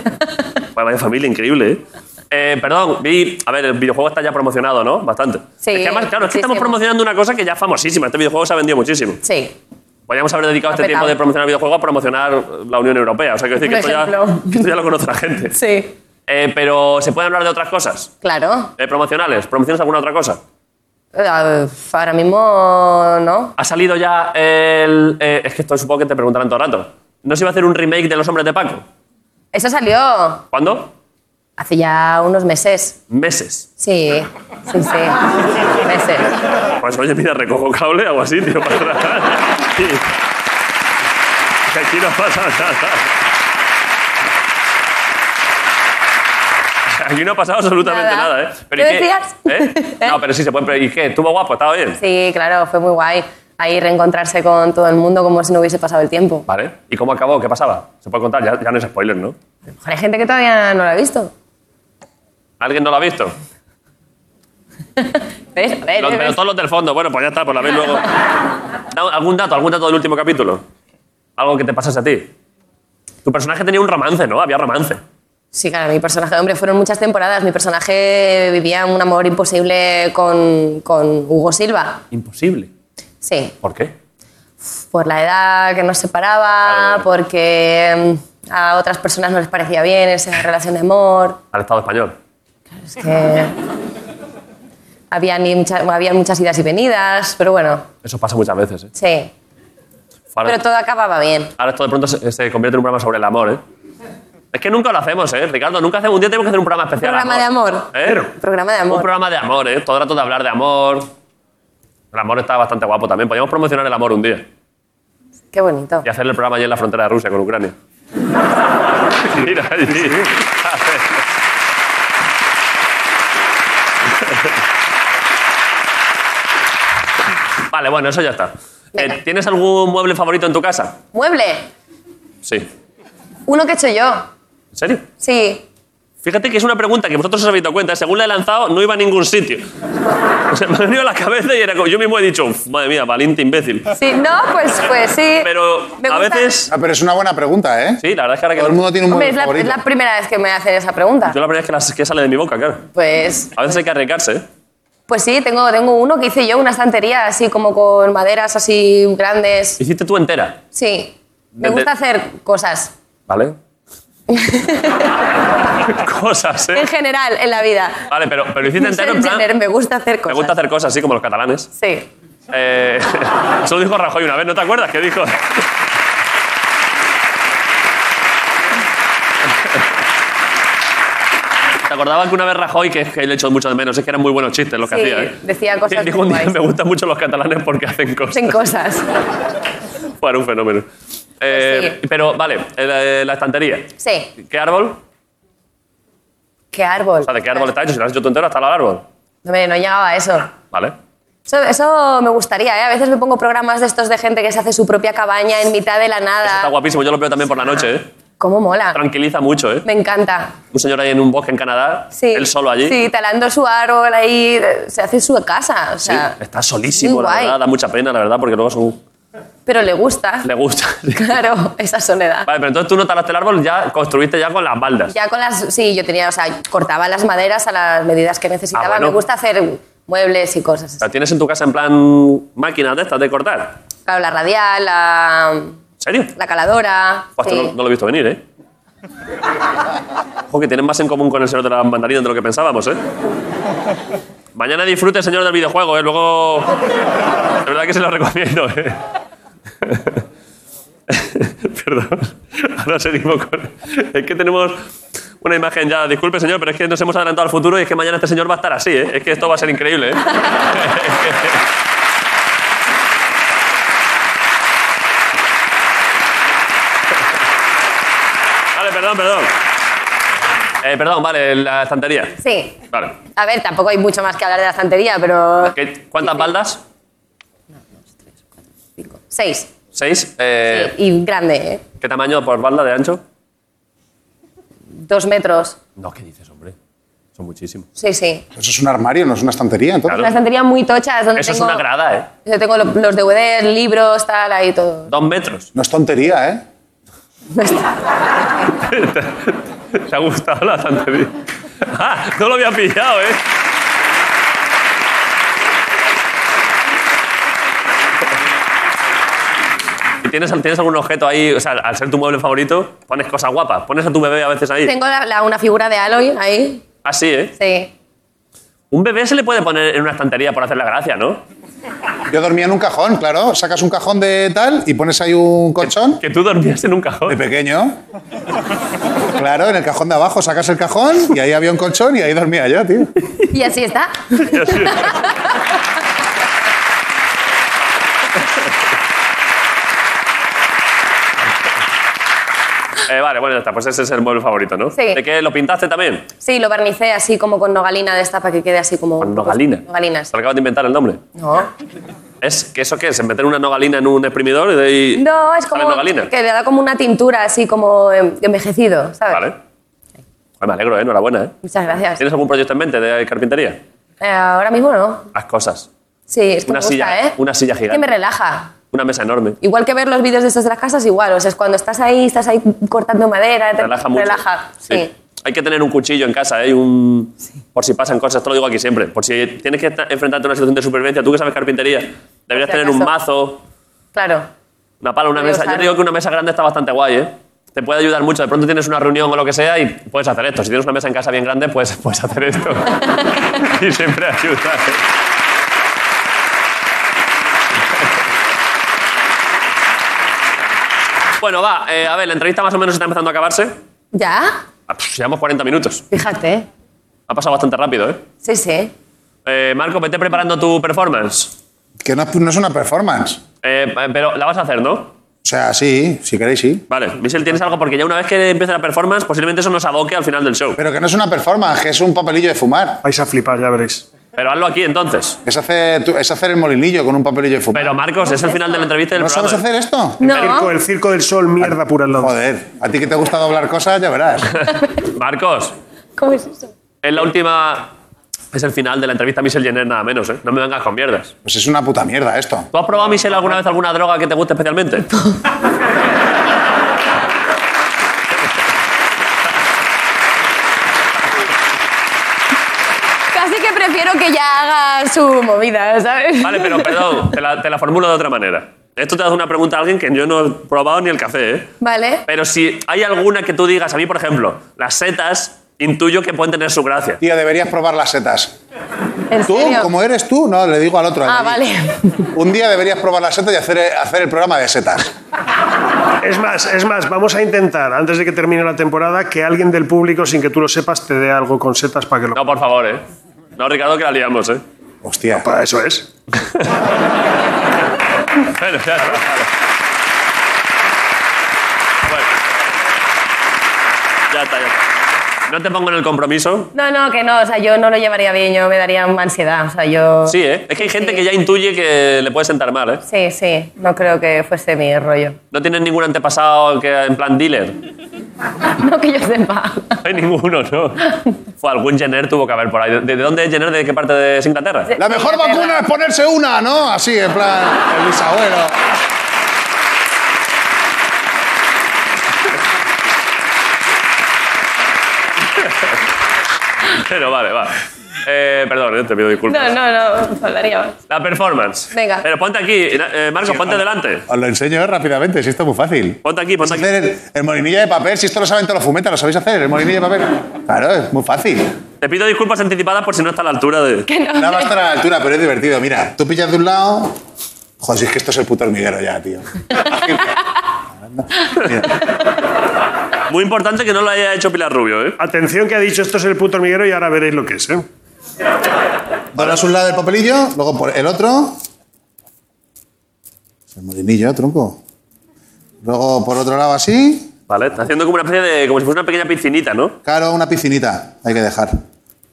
[SPEAKER 1] Vaya, vaya familia, increíble, ¿eh? Eh, Perdón, vi... A ver, el videojuego está ya promocionado, ¿no? Bastante.
[SPEAKER 10] Sí,
[SPEAKER 1] Es que además, claro, es que
[SPEAKER 10] muchísimo.
[SPEAKER 1] estamos promocionando una cosa que ya es famosísima. Este videojuego se ha vendido muchísimo.
[SPEAKER 10] Sí.
[SPEAKER 1] Podríamos haber dedicado
[SPEAKER 10] Ha
[SPEAKER 1] este tiempo
[SPEAKER 10] petado.
[SPEAKER 1] de promocionar el videojuego a promocionar la Unión Europea. O sea, quiero decir que
[SPEAKER 10] Por
[SPEAKER 1] esto, ya,
[SPEAKER 10] ejemplo.
[SPEAKER 1] que esto ya lo conoce la gente.
[SPEAKER 10] Sí.
[SPEAKER 1] Eh, pero se puede hablar de otras cosas.
[SPEAKER 10] Claro.
[SPEAKER 1] Eh, promocionales. ¿Promocionas alguna otra cosa?
[SPEAKER 10] Ah, Ahora mismo no.
[SPEAKER 1] Ha salido ya el. eh, es que esto supongo que te preguntarán todo el rato. ¿No se iba a hacer un remake de Los Hombres de Paco?
[SPEAKER 10] Eso salió
[SPEAKER 1] ¿Cuándo?
[SPEAKER 10] hace ya unos meses.
[SPEAKER 1] Meses.
[SPEAKER 10] Sí, sí, sí. Meses.
[SPEAKER 1] Pues oye, mira, recojo cable o algo así, tío, para atrás. [laughs] Sí. Que aquí no pasa nada. [laughs] Aquí no ha pasado absolutamente nada,
[SPEAKER 10] Nada.
[SPEAKER 1] ¿eh? Pero ¿y
[SPEAKER 10] ¿Qué decías?
[SPEAKER 1] ¿Eh?
[SPEAKER 10] [laughs]
[SPEAKER 1] No, pero sí se puede. pero ¿Y qué? ¿Estuvo guapo? ¿Estaba bien?
[SPEAKER 10] Sí, claro, fue muy guay. Ahí reencontrarse con todo el mundo como si no hubiese pasado el tiempo.
[SPEAKER 1] Vale. ¿Y cómo acabó? ¿Qué pasaba? Se puede contar, ya, ya no es spoiler, ¿no?
[SPEAKER 10] Mejor Hay gente que todavía no lo ha visto.
[SPEAKER 1] ¿Alguien no lo ha visto?
[SPEAKER 10] ¿Ves? A ver,
[SPEAKER 1] Los-
[SPEAKER 10] ¿ves?
[SPEAKER 1] pero todos los del fondo, bueno, pues ya está, pues la veis
[SPEAKER 10] [laughs]
[SPEAKER 1] luego. Da- ¿Algún dato, algún dato del último capítulo? Algo que te pasase a ti. Tu personaje tenía un romance, ¿no? Había romance.
[SPEAKER 10] Sí, claro, mi personaje, hombre, fueron muchas temporadas. Mi personaje vivía un amor imposible con, con Hugo Silva.
[SPEAKER 1] Imposible.
[SPEAKER 10] Sí,
[SPEAKER 1] ¿Por qué?
[SPEAKER 10] por la edad que nos separaba, porque mm, a otras personas no les parecía bien esa relación de amor.
[SPEAKER 1] Al Estado español.
[SPEAKER 10] Es que habían, y Eh, mucha- habían muchas idas y venidas, pero bueno,
[SPEAKER 1] Eso pasa muchas veces, ¿eh?
[SPEAKER 10] sí.
[SPEAKER 1] Ahora,
[SPEAKER 10] Pero todo acababa bien.
[SPEAKER 1] ahora esto de pronto se, se convierte en un programa sobre el amor, ¿eh? Es que nunca lo hacemos, ¿eh? Ricardo, nunca hacemos. Un día tenemos que hacer un programa especial.
[SPEAKER 10] Programa de amor.
[SPEAKER 1] ¿Eh?
[SPEAKER 10] Programa de
[SPEAKER 1] Un
[SPEAKER 10] amor.
[SPEAKER 1] programa de amor, ¿eh? Todo el rato de hablar de amor. El amor está bastante guapo también. Podríamos promocionar el amor un día.
[SPEAKER 10] Qué bonito.
[SPEAKER 1] y hacer el programa allí en la frontera de Rusia con Ucrania. [laughs] Mira allí. vale, bueno, eso ya está.
[SPEAKER 10] Venga.
[SPEAKER 1] Eh, ¿Tienes algún mueble favorito en tu casa?
[SPEAKER 10] Mueble.
[SPEAKER 1] Sí. ¿En
[SPEAKER 10] Uno que he hecho yo.
[SPEAKER 1] serio?
[SPEAKER 10] Sí.
[SPEAKER 1] Fíjate que es una pregunta que vosotros os habéis dado cuenta. Según la he lanzado, no iba a ningún sitio. O sea, [laughs] me ha venido a la cabeza y era como... Yo mismo he dicho, "Uf, madre mía, valiente imbécil.
[SPEAKER 10] Sí, no, pues, pues sí.
[SPEAKER 1] Pero
[SPEAKER 10] Me
[SPEAKER 1] a
[SPEAKER 10] gusta-
[SPEAKER 1] veces...
[SPEAKER 4] Ah, pero es una buena pregunta, ¿eh?
[SPEAKER 1] Sí, la verdad es que ahora que...
[SPEAKER 4] Todo el mundo tiene un
[SPEAKER 10] Hombre,
[SPEAKER 4] móvil
[SPEAKER 10] es la, es
[SPEAKER 4] favorito.
[SPEAKER 10] la primera vez que me hacen esa pregunta.
[SPEAKER 1] Yo la verdad es que, las- que sale de mi boca, claro.
[SPEAKER 10] Pues,
[SPEAKER 1] A veces hay que arriesgarse, ¿eh?
[SPEAKER 10] pues sí, tengo, tengo uno que hice yo, una estantería así como con maderas así grandes.
[SPEAKER 1] Hiciste tú entera,
[SPEAKER 10] Sí. Me
[SPEAKER 1] Desde-
[SPEAKER 10] gusta hacer cosas. [laughs]
[SPEAKER 1] ¿vale? cosas, ¿eh?
[SPEAKER 10] En general, en la vida.
[SPEAKER 1] Vale, pero, pero hiciste
[SPEAKER 10] Soy [laughs]
[SPEAKER 1] entero en plan...
[SPEAKER 10] Jenner, me gusta hacer
[SPEAKER 1] Me
[SPEAKER 10] cosas.
[SPEAKER 1] gusta hacer cosas así como los catalanes.
[SPEAKER 10] Sí.
[SPEAKER 1] Eh, [laughs] eso lo dijo Rajoy una vez, ¿no te acuerdas? ¿Qué dijo? [laughs] ¿Te acordabas que una vez Rajoy, que es que le he hecho mucho de menos, es que eran muy buenos chistes los que
[SPEAKER 10] Sí,
[SPEAKER 1] hacía, ¿eh?
[SPEAKER 10] decía cosas
[SPEAKER 1] Dijo un
[SPEAKER 10] muy
[SPEAKER 1] día,
[SPEAKER 10] guays.
[SPEAKER 1] me gustan mucho los catalanes porque hacen cosas.
[SPEAKER 10] Hacen cosas.
[SPEAKER 1] Bueno, un fenómeno. Eh,
[SPEAKER 10] Pues sí.
[SPEAKER 1] Pero, vale, eh, la, eh, la estantería.
[SPEAKER 10] Sí.
[SPEAKER 1] ¿Qué árbol?
[SPEAKER 10] ¿Qué árbol?
[SPEAKER 1] O sea, ¿de qué árbol está hecho? Si lo has hecho tú entero, hasta el árbol.
[SPEAKER 10] No, hombre, no llegaba a eso.
[SPEAKER 1] Vale.
[SPEAKER 10] Eso, eso me gustaría, ¿eh? A veces me pongo programas de estos de gente que se hace su propia cabaña en mitad de la
[SPEAKER 1] Está
[SPEAKER 10] nada.
[SPEAKER 1] guapísimo, yo lo veo también por la noche, ¿eh?
[SPEAKER 10] ¿Cómo mola?
[SPEAKER 1] Tranquiliza mucho, ¿eh?
[SPEAKER 10] Me encanta.
[SPEAKER 1] Un señor ahí en un bosque en Canadá,
[SPEAKER 10] Sí.
[SPEAKER 1] él solo allí.
[SPEAKER 10] Sí, talando su árbol ahí, eh, se hace su casa, o
[SPEAKER 1] Sí,
[SPEAKER 10] sea,
[SPEAKER 1] Está solísimo,
[SPEAKER 10] muy
[SPEAKER 1] la
[SPEAKER 10] guay.
[SPEAKER 1] verdad, da mucha pena, la verdad, porque luego son-
[SPEAKER 10] pero le gusta. [laughs]
[SPEAKER 1] le gusta. [laughs]
[SPEAKER 10] Claro, esa soledad.
[SPEAKER 1] Vale, pero entonces tú no talaste el árbol, ya construiste ya con las baldas.
[SPEAKER 10] Ya con las, sí, yo tenía, o sea, cortaba las maderas a las medidas que necesitaba.
[SPEAKER 1] Ah, bueno.
[SPEAKER 10] Me gusta hacer muebles y cosas.
[SPEAKER 1] ¿La tienes en tu casa en plan máquinas de estas de cortar?
[SPEAKER 10] Claro, la radial, la,
[SPEAKER 1] ¿En serio?
[SPEAKER 10] la caladora.
[SPEAKER 1] Pues esto
[SPEAKER 10] sí.
[SPEAKER 1] no, no lo he visto venir, ¿eh? Ojo, que tienen más en común con el señor de las mandarinas de lo que pensábamos, ¿eh? Mañana disfrute, señor del videojuego, ¿eh? Luego... De verdad que se lo recomiendo, ¿eh? [laughs] Perdón. Ahora seguimos con... Es que tenemos una imagen ya... Disculpe, señor, pero es que nos hemos adelantado al futuro y es que mañana este señor va a estar así, ¿eh? Es que esto va a ser increíble, ¿eh? Vale, perdón, perdón. Eh, perdón, vale, la estantería.
[SPEAKER 10] Sí.
[SPEAKER 1] Vale.
[SPEAKER 10] A ver, tampoco hay mucho más que hablar de la estantería, pero
[SPEAKER 1] ¿Qué- ¿Cuántas baldas?
[SPEAKER 10] seis.
[SPEAKER 1] ¿Seis? Eh,
[SPEAKER 10] Y grande, ¿eh?
[SPEAKER 1] ¿Qué tamaño por balda de ancho?
[SPEAKER 10] Dos metros.
[SPEAKER 1] No, ¿qué dices, hombre? Son muchísimos.
[SPEAKER 10] Sí, sí.
[SPEAKER 4] Eso Pues es un armario, no es una estantería, entonces.
[SPEAKER 10] Una estantería muy tocha. es donde
[SPEAKER 1] Eso es
[SPEAKER 10] tengo-
[SPEAKER 1] una grada, ¿eh?
[SPEAKER 10] Yo tengo lo- los DVDs, libros, tal, ahí todo.
[SPEAKER 1] Dos metros.
[SPEAKER 4] No es tontería, ¿eh?
[SPEAKER 1] [laughs] ¿Te ha gustado la estantería? ¡Ah! No lo había pillado, ¿eh? ¿Y tienes, tienes algún objeto ahí? O sea, al ser tu mueble favorito, pones cosas guapas. Pones a tu bebé a veces ahí.
[SPEAKER 10] Tengo la- la- una figura de Aloy ahí.
[SPEAKER 1] Así, ¿eh?
[SPEAKER 10] Sí.
[SPEAKER 1] Un bebé se le puede poner en una estantería por hacer la gracia, ¿no?
[SPEAKER 4] Yo dormía en un cajón, claro. Sacas un cajón de tal y pones ahí un colchón.
[SPEAKER 1] Que tú dormías en un cajón. [laughs]
[SPEAKER 4] De pequeño. Claro, en el cajón de abajo sacas el cajón y ahí había un colchón y ahí dormía yo, tío.
[SPEAKER 10] Y así está.
[SPEAKER 1] Eh, vale, bueno, ya está. Pues ese es el mueble favorito, ¿no?
[SPEAKER 10] Sí.
[SPEAKER 1] ¿De qué? ¿Lo pintaste también?
[SPEAKER 10] Sí, lo barnicé así como con nogalina de esta para que quede así como...
[SPEAKER 1] Con nogalina.
[SPEAKER 10] Nogalinas.
[SPEAKER 1] Se acabas de inventar el nombre.
[SPEAKER 10] No.
[SPEAKER 1] ¿Es que eso qué? ¿Se meter una nogalina en un exprimidor y de ahí
[SPEAKER 10] No, es
[SPEAKER 1] sale
[SPEAKER 10] como
[SPEAKER 1] nogalina?
[SPEAKER 10] que le da como una tintura así como em- envejecido, ¿sabes?
[SPEAKER 1] Vale. Ay, me alegro, ¿eh? Enhorabuena, ¿eh?
[SPEAKER 10] Muchas gracias.
[SPEAKER 1] ¿Tienes algún proyecto en mente de carpintería?
[SPEAKER 10] Eh, ahora mismo no.
[SPEAKER 1] Haz cosas.
[SPEAKER 10] Sí, esto
[SPEAKER 1] Una
[SPEAKER 10] me gusta,
[SPEAKER 1] silla,
[SPEAKER 10] ¿eh?
[SPEAKER 1] una silla
[SPEAKER 10] Es que me
[SPEAKER 1] gigante.
[SPEAKER 10] relaja.
[SPEAKER 1] Una mesa enorme.
[SPEAKER 10] Igual que ver los vídeos de estos de las casas, igual. O sea, es cuando estás ahí, estás ahí cortando madera, te
[SPEAKER 1] Relaja mucho.
[SPEAKER 10] Relaja, sí.
[SPEAKER 1] Hay que tener un cuchillo en casa, ¿eh? Y un... Por si pasan cosas, te lo digo aquí siempre. Por si tienes que ta- enfrentarte a una situación de supervivencia, tú que sabes carpintería, deberías
[SPEAKER 10] Por si
[SPEAKER 1] tener un
[SPEAKER 10] acaso.
[SPEAKER 1] mazo,
[SPEAKER 10] Claro.
[SPEAKER 1] una pala, una
[SPEAKER 10] Voy a
[SPEAKER 1] mesa. Yo te
[SPEAKER 10] usarlo.
[SPEAKER 1] digo que una mesa grande está bastante guay, ¿eh? Te puede ayudar mucho. De pronto tienes una reunión o lo que sea y puedes hacer esto. Si tienes una mesa en casa bien grande, pues [laughs] puedes hacer esto. y siempre ayuda. ¿eh? Bueno, va, eh, a ver, la entrevista más o menos está empezando a acabarse.
[SPEAKER 10] ¿Ya?
[SPEAKER 1] Ah, pff, Llevamos 40 minutos.
[SPEAKER 10] Fíjate.
[SPEAKER 1] Ha pasado bastante rápido, ¿eh?
[SPEAKER 10] Sí, sí.
[SPEAKER 1] Eh, Marco, vete preparando tu performance.
[SPEAKER 4] Que no, no es una performance. O
[SPEAKER 1] Eh, eh, pero la vas a hacer, ¿no?
[SPEAKER 4] sea, sí, si queréis, sí.
[SPEAKER 1] Vale, Michelle, tienes algo porque ya una vez que empiece la performance, posiblemente eso nos aboque al final del show.
[SPEAKER 4] Pero que no es una performance, que es un papelillo de fumar.
[SPEAKER 7] Vais a flipar, ya veréis.
[SPEAKER 1] Pero hazlo aquí entonces.
[SPEAKER 4] Es hacer, tú- es hacer el molinillo con un papelillo de fumar.
[SPEAKER 1] Pero Marcos, es el final de la entrevista del
[SPEAKER 4] ¿No sabes
[SPEAKER 1] programa.
[SPEAKER 4] hacer esto?
[SPEAKER 7] Circo, el circo del sol, mierda pura al lado.
[SPEAKER 4] Joder, a ti que te gusta doblar cosas, ya verás.
[SPEAKER 1] Marcos,
[SPEAKER 10] ¿Cómo es eso?
[SPEAKER 1] es la última. Es el final de la entrevista a Michelle Jenner, nada menos, ¿eh? No me vengas con mierdas.
[SPEAKER 4] Pues es una puta mierda esto.
[SPEAKER 1] ¿Tú has probado, Michelle, alguna vez alguna droga que te guste especialmente?
[SPEAKER 10] Casi que prefiero que ya haga su movida, ¿sabes?
[SPEAKER 1] Vale, pero perdón, te la, te la formulo de otra manera. Esto te hace una pregunta a alguien que yo no he probado ni el café, ¿eh?
[SPEAKER 10] [laughs] Vale.
[SPEAKER 1] Pero si hay alguna que tú digas, a mí, por ejemplo, las setas, intuyo que pueden tener su gracia.
[SPEAKER 4] Tío, deberías probar las setas.
[SPEAKER 10] ¿En
[SPEAKER 4] ¿Tú?
[SPEAKER 10] serio?
[SPEAKER 4] ¿Cómo eres tú? No, le digo al otro. al
[SPEAKER 10] Ah,
[SPEAKER 4] de
[SPEAKER 10] vale. [laughs]
[SPEAKER 4] allí. Un día deberías probar las setas y hacer, eh, hacer el programa de setas.
[SPEAKER 7] Es más, es más, vamos a intentar, antes de que termine la temporada, que alguien del público, sin que tú lo sepas, te dé algo con setas para que lo...
[SPEAKER 1] No, por favor, ¿eh? No, Ricardo, que la liamos, ¿eh?
[SPEAKER 4] Hostia.
[SPEAKER 7] Para eso es.
[SPEAKER 1] Bueno, ya está, vale. Bueno. Ya está, ya está. No te pongo en el compromiso.
[SPEAKER 10] No, no, que no, o sea, yo no lo llevaría bien, yo me daría ansiedad, o sea, yo...
[SPEAKER 1] Sí, ¿eh? Es que hay gente que ya intuye que le puede sentar mal, ¿eh?
[SPEAKER 10] Sí, sí, no creo que fuese mi rollo.
[SPEAKER 1] No tienes ningún antepasado que, en plan dealer.
[SPEAKER 10] [laughs] No que yo sepa.
[SPEAKER 1] No hay ninguno,
[SPEAKER 10] [laughs]
[SPEAKER 1] ¿no? Fue algún Jenner tuvo que haber por ahí. ¿De, de dónde es Jenner? ¿De qué parte de es Inglaterra?
[SPEAKER 4] La mejor vacuna es ponerse una, ¿no? Así, en plan, el bisabuelo.
[SPEAKER 1] [laughs] Pero vale, va. Eh, perdón, eh, te pido disculpas.
[SPEAKER 10] No, no, no, hablaría más.
[SPEAKER 1] La performance.
[SPEAKER 10] Venga.
[SPEAKER 1] Pero ponte aquí, eh, Marcos, ponte delante.
[SPEAKER 4] Os lo enseño rápidamente, si esto es muy fácil.
[SPEAKER 1] Ponte aquí, ponte aquí.
[SPEAKER 4] El, el molinillo de papel, si esto lo saben todos los fumetas, lo sabéis hacer, el molinillo de papel. Claro, es muy fácil.
[SPEAKER 1] Te pido disculpas anticipadas por si no está a la altura de.
[SPEAKER 4] Nada más estar a la altura, pero es divertido. Mira, tú pillas de un lado. Joder, si es que esto es el puto hormiguero ya, tío.
[SPEAKER 1] Muy importante que no lo haya hecho Pilar Rubio, ¿eh?
[SPEAKER 7] Atención que ha dicho esto es el puto hormiguero y ahora veréis lo que es, ¿eh?
[SPEAKER 4] Doblas un lado del papelillo, luego por el otro. Es El molinillo, tronco. Luego por otro lado así.
[SPEAKER 1] Vale, está haciendo como una especie de. como si fuese una pequeña piscinita, ¿no?
[SPEAKER 4] Claro, una piscinita hay que dejar.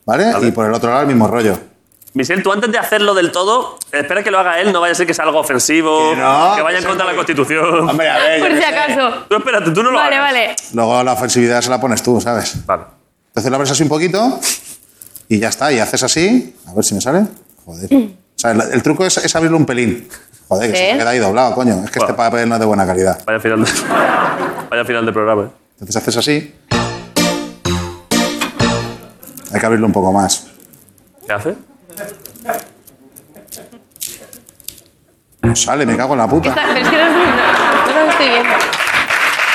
[SPEAKER 4] ¿Vale? Y por el otro lado el mismo rollo.
[SPEAKER 1] Michelle, tú antes de hacerlo del todo, espera que lo haga él, no vaya a ser que sea algo ofensivo,
[SPEAKER 4] Que no,
[SPEAKER 1] que vaya en
[SPEAKER 4] que
[SPEAKER 1] contra de la Constitución.
[SPEAKER 4] Hombre, a ver, yo
[SPEAKER 5] Por
[SPEAKER 4] qué
[SPEAKER 5] si
[SPEAKER 4] sé.
[SPEAKER 5] acaso.
[SPEAKER 1] Tú espérate, tú no lo
[SPEAKER 5] Vale,
[SPEAKER 1] hagas.
[SPEAKER 5] vale.
[SPEAKER 4] Luego la ofensividad se la pones tú, ¿sabes?
[SPEAKER 1] Vale.
[SPEAKER 4] Entonces la abres así un poquito y ya está. Y haces así. A ver si me sale. Joder. O sea, el, el truco es, es abrirlo un pelín. Joder, que se
[SPEAKER 5] ¿Sí?
[SPEAKER 4] me queda ahí doblado, coño. Es que este papel no es de buena calidad.
[SPEAKER 1] Vaya final de- vaya final del programa, ¿eh?
[SPEAKER 4] Entonces haces así. Hay que abrirlo un poco más.
[SPEAKER 1] ¿Qué hace?
[SPEAKER 4] No sale, me cago en la puta.
[SPEAKER 5] Está- Pero es que no, es muy- no, no lo estoy viendo.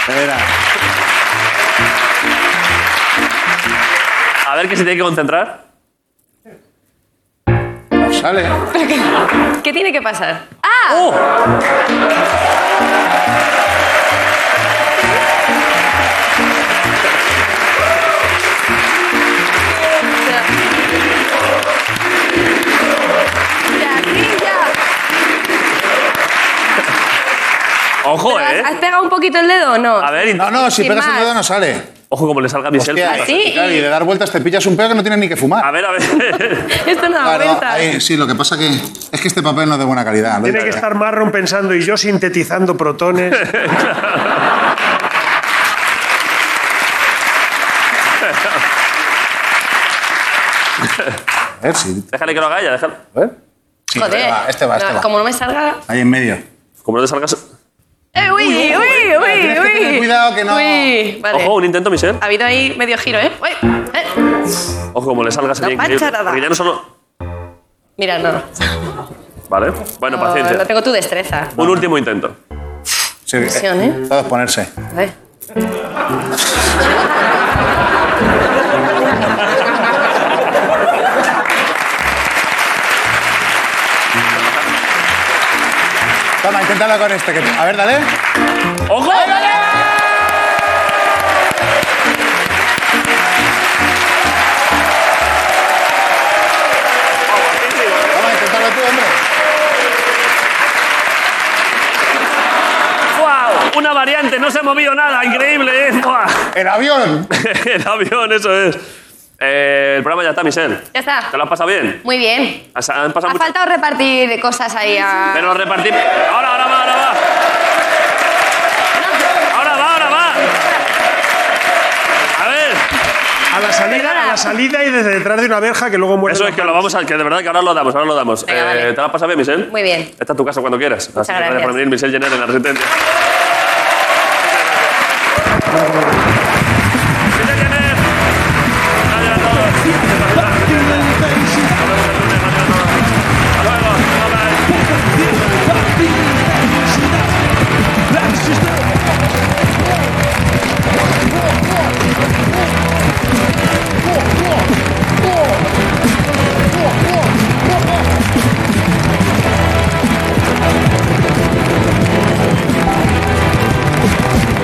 [SPEAKER 4] Espera.
[SPEAKER 1] A ver que se tiene que concentrar.
[SPEAKER 4] No sale.
[SPEAKER 5] ¿Pero qué, qué tiene que pasar?
[SPEAKER 1] Oh.
[SPEAKER 5] ¡Ah!
[SPEAKER 1] Ojo, ¿eh?
[SPEAKER 10] ¿Has pegado un poquito el dedo o no?
[SPEAKER 1] A ver,
[SPEAKER 4] No, no, si
[SPEAKER 10] Sin
[SPEAKER 4] pegas el
[SPEAKER 10] más.
[SPEAKER 4] dedo no sale.
[SPEAKER 1] ojo como le salga a Michelle.
[SPEAKER 4] Hostia, ¿eh?
[SPEAKER 1] flipas.
[SPEAKER 10] ¿sí?
[SPEAKER 4] y claro, y de dar vueltas te pillas un peo que no tienes ni que fumar.
[SPEAKER 1] A ver, a ver. [laughs]
[SPEAKER 10] Esto no da
[SPEAKER 4] Claro,
[SPEAKER 10] vuelta.
[SPEAKER 4] ahí- sí, lo que pasa que es que este papel no es de buena calidad. lo
[SPEAKER 7] Tiene que
[SPEAKER 4] digo.
[SPEAKER 7] estar Marron pensando y yo
[SPEAKER 1] [laughs]
[SPEAKER 7] sintetizando protones.
[SPEAKER 4] A ver, sí.
[SPEAKER 1] déjale que lo haga ella, déjalo.
[SPEAKER 4] A ver. Sí,
[SPEAKER 10] Joder.
[SPEAKER 4] va, este va, este
[SPEAKER 10] No,
[SPEAKER 4] va.
[SPEAKER 10] Como no me salga...
[SPEAKER 4] Ahí en medio.
[SPEAKER 1] Como no te salgas.
[SPEAKER 10] ¡Eh, uy, uy, uy, uy!
[SPEAKER 4] tienes que tener cuidado que no-
[SPEAKER 10] Uy, vale.
[SPEAKER 1] Ojo, un intento, Michelle.
[SPEAKER 10] Ha habido ahí medio giro, ¿eh? Uy, eh.
[SPEAKER 1] Ojo como le salgas
[SPEAKER 10] No
[SPEAKER 1] bien.
[SPEAKER 10] pasa nada.
[SPEAKER 1] Porque ya no solo.
[SPEAKER 10] Mira, no.
[SPEAKER 1] Vale. Bueno,
[SPEAKER 10] No,
[SPEAKER 1] paciencia.
[SPEAKER 10] no tengo tu destreza.
[SPEAKER 1] Un último intento.
[SPEAKER 4] Sí,
[SPEAKER 10] Presión, ¿eh?
[SPEAKER 4] Todos ponerse.
[SPEAKER 10] A ver.
[SPEAKER 4] Toma, inténtalo con este. que te- A ver, dale.
[SPEAKER 1] ¡Ojo!
[SPEAKER 4] Toma, inténtalo tú, hombre.
[SPEAKER 1] ¡Wow! Una variante, no se ha movido nada. Increíble, ¿eh? ¡Buah!
[SPEAKER 4] El avión.
[SPEAKER 1] [laughs] El avión, eso es. Eh, el programa ya está, Michelle.
[SPEAKER 10] Ya está.
[SPEAKER 1] ¿Te lo has pasado bien?
[SPEAKER 10] Muy bien.
[SPEAKER 1] Has- Han pasado
[SPEAKER 10] Ha
[SPEAKER 1] mucho-
[SPEAKER 10] faltado repartir cosas ahí a...
[SPEAKER 1] Pero repartir. Ahora, ahora va, ahora va. Ahora va, ahora va. A ver.
[SPEAKER 7] A la salida, a la salida y desde detrás de una verja que luego muere.
[SPEAKER 1] Eso es que lo vamos a. Que de verdad que ahora lo damos, ahora lo damos.
[SPEAKER 10] Venga,
[SPEAKER 1] Eh,
[SPEAKER 10] vale.
[SPEAKER 1] ¿Te lo has pasado bien, Michelle?
[SPEAKER 10] Muy bien.
[SPEAKER 1] Esta es tu casa cuando quieras. Muchas
[SPEAKER 10] gracias.
[SPEAKER 1] por venir, Michelle Jenner, en la resistencia.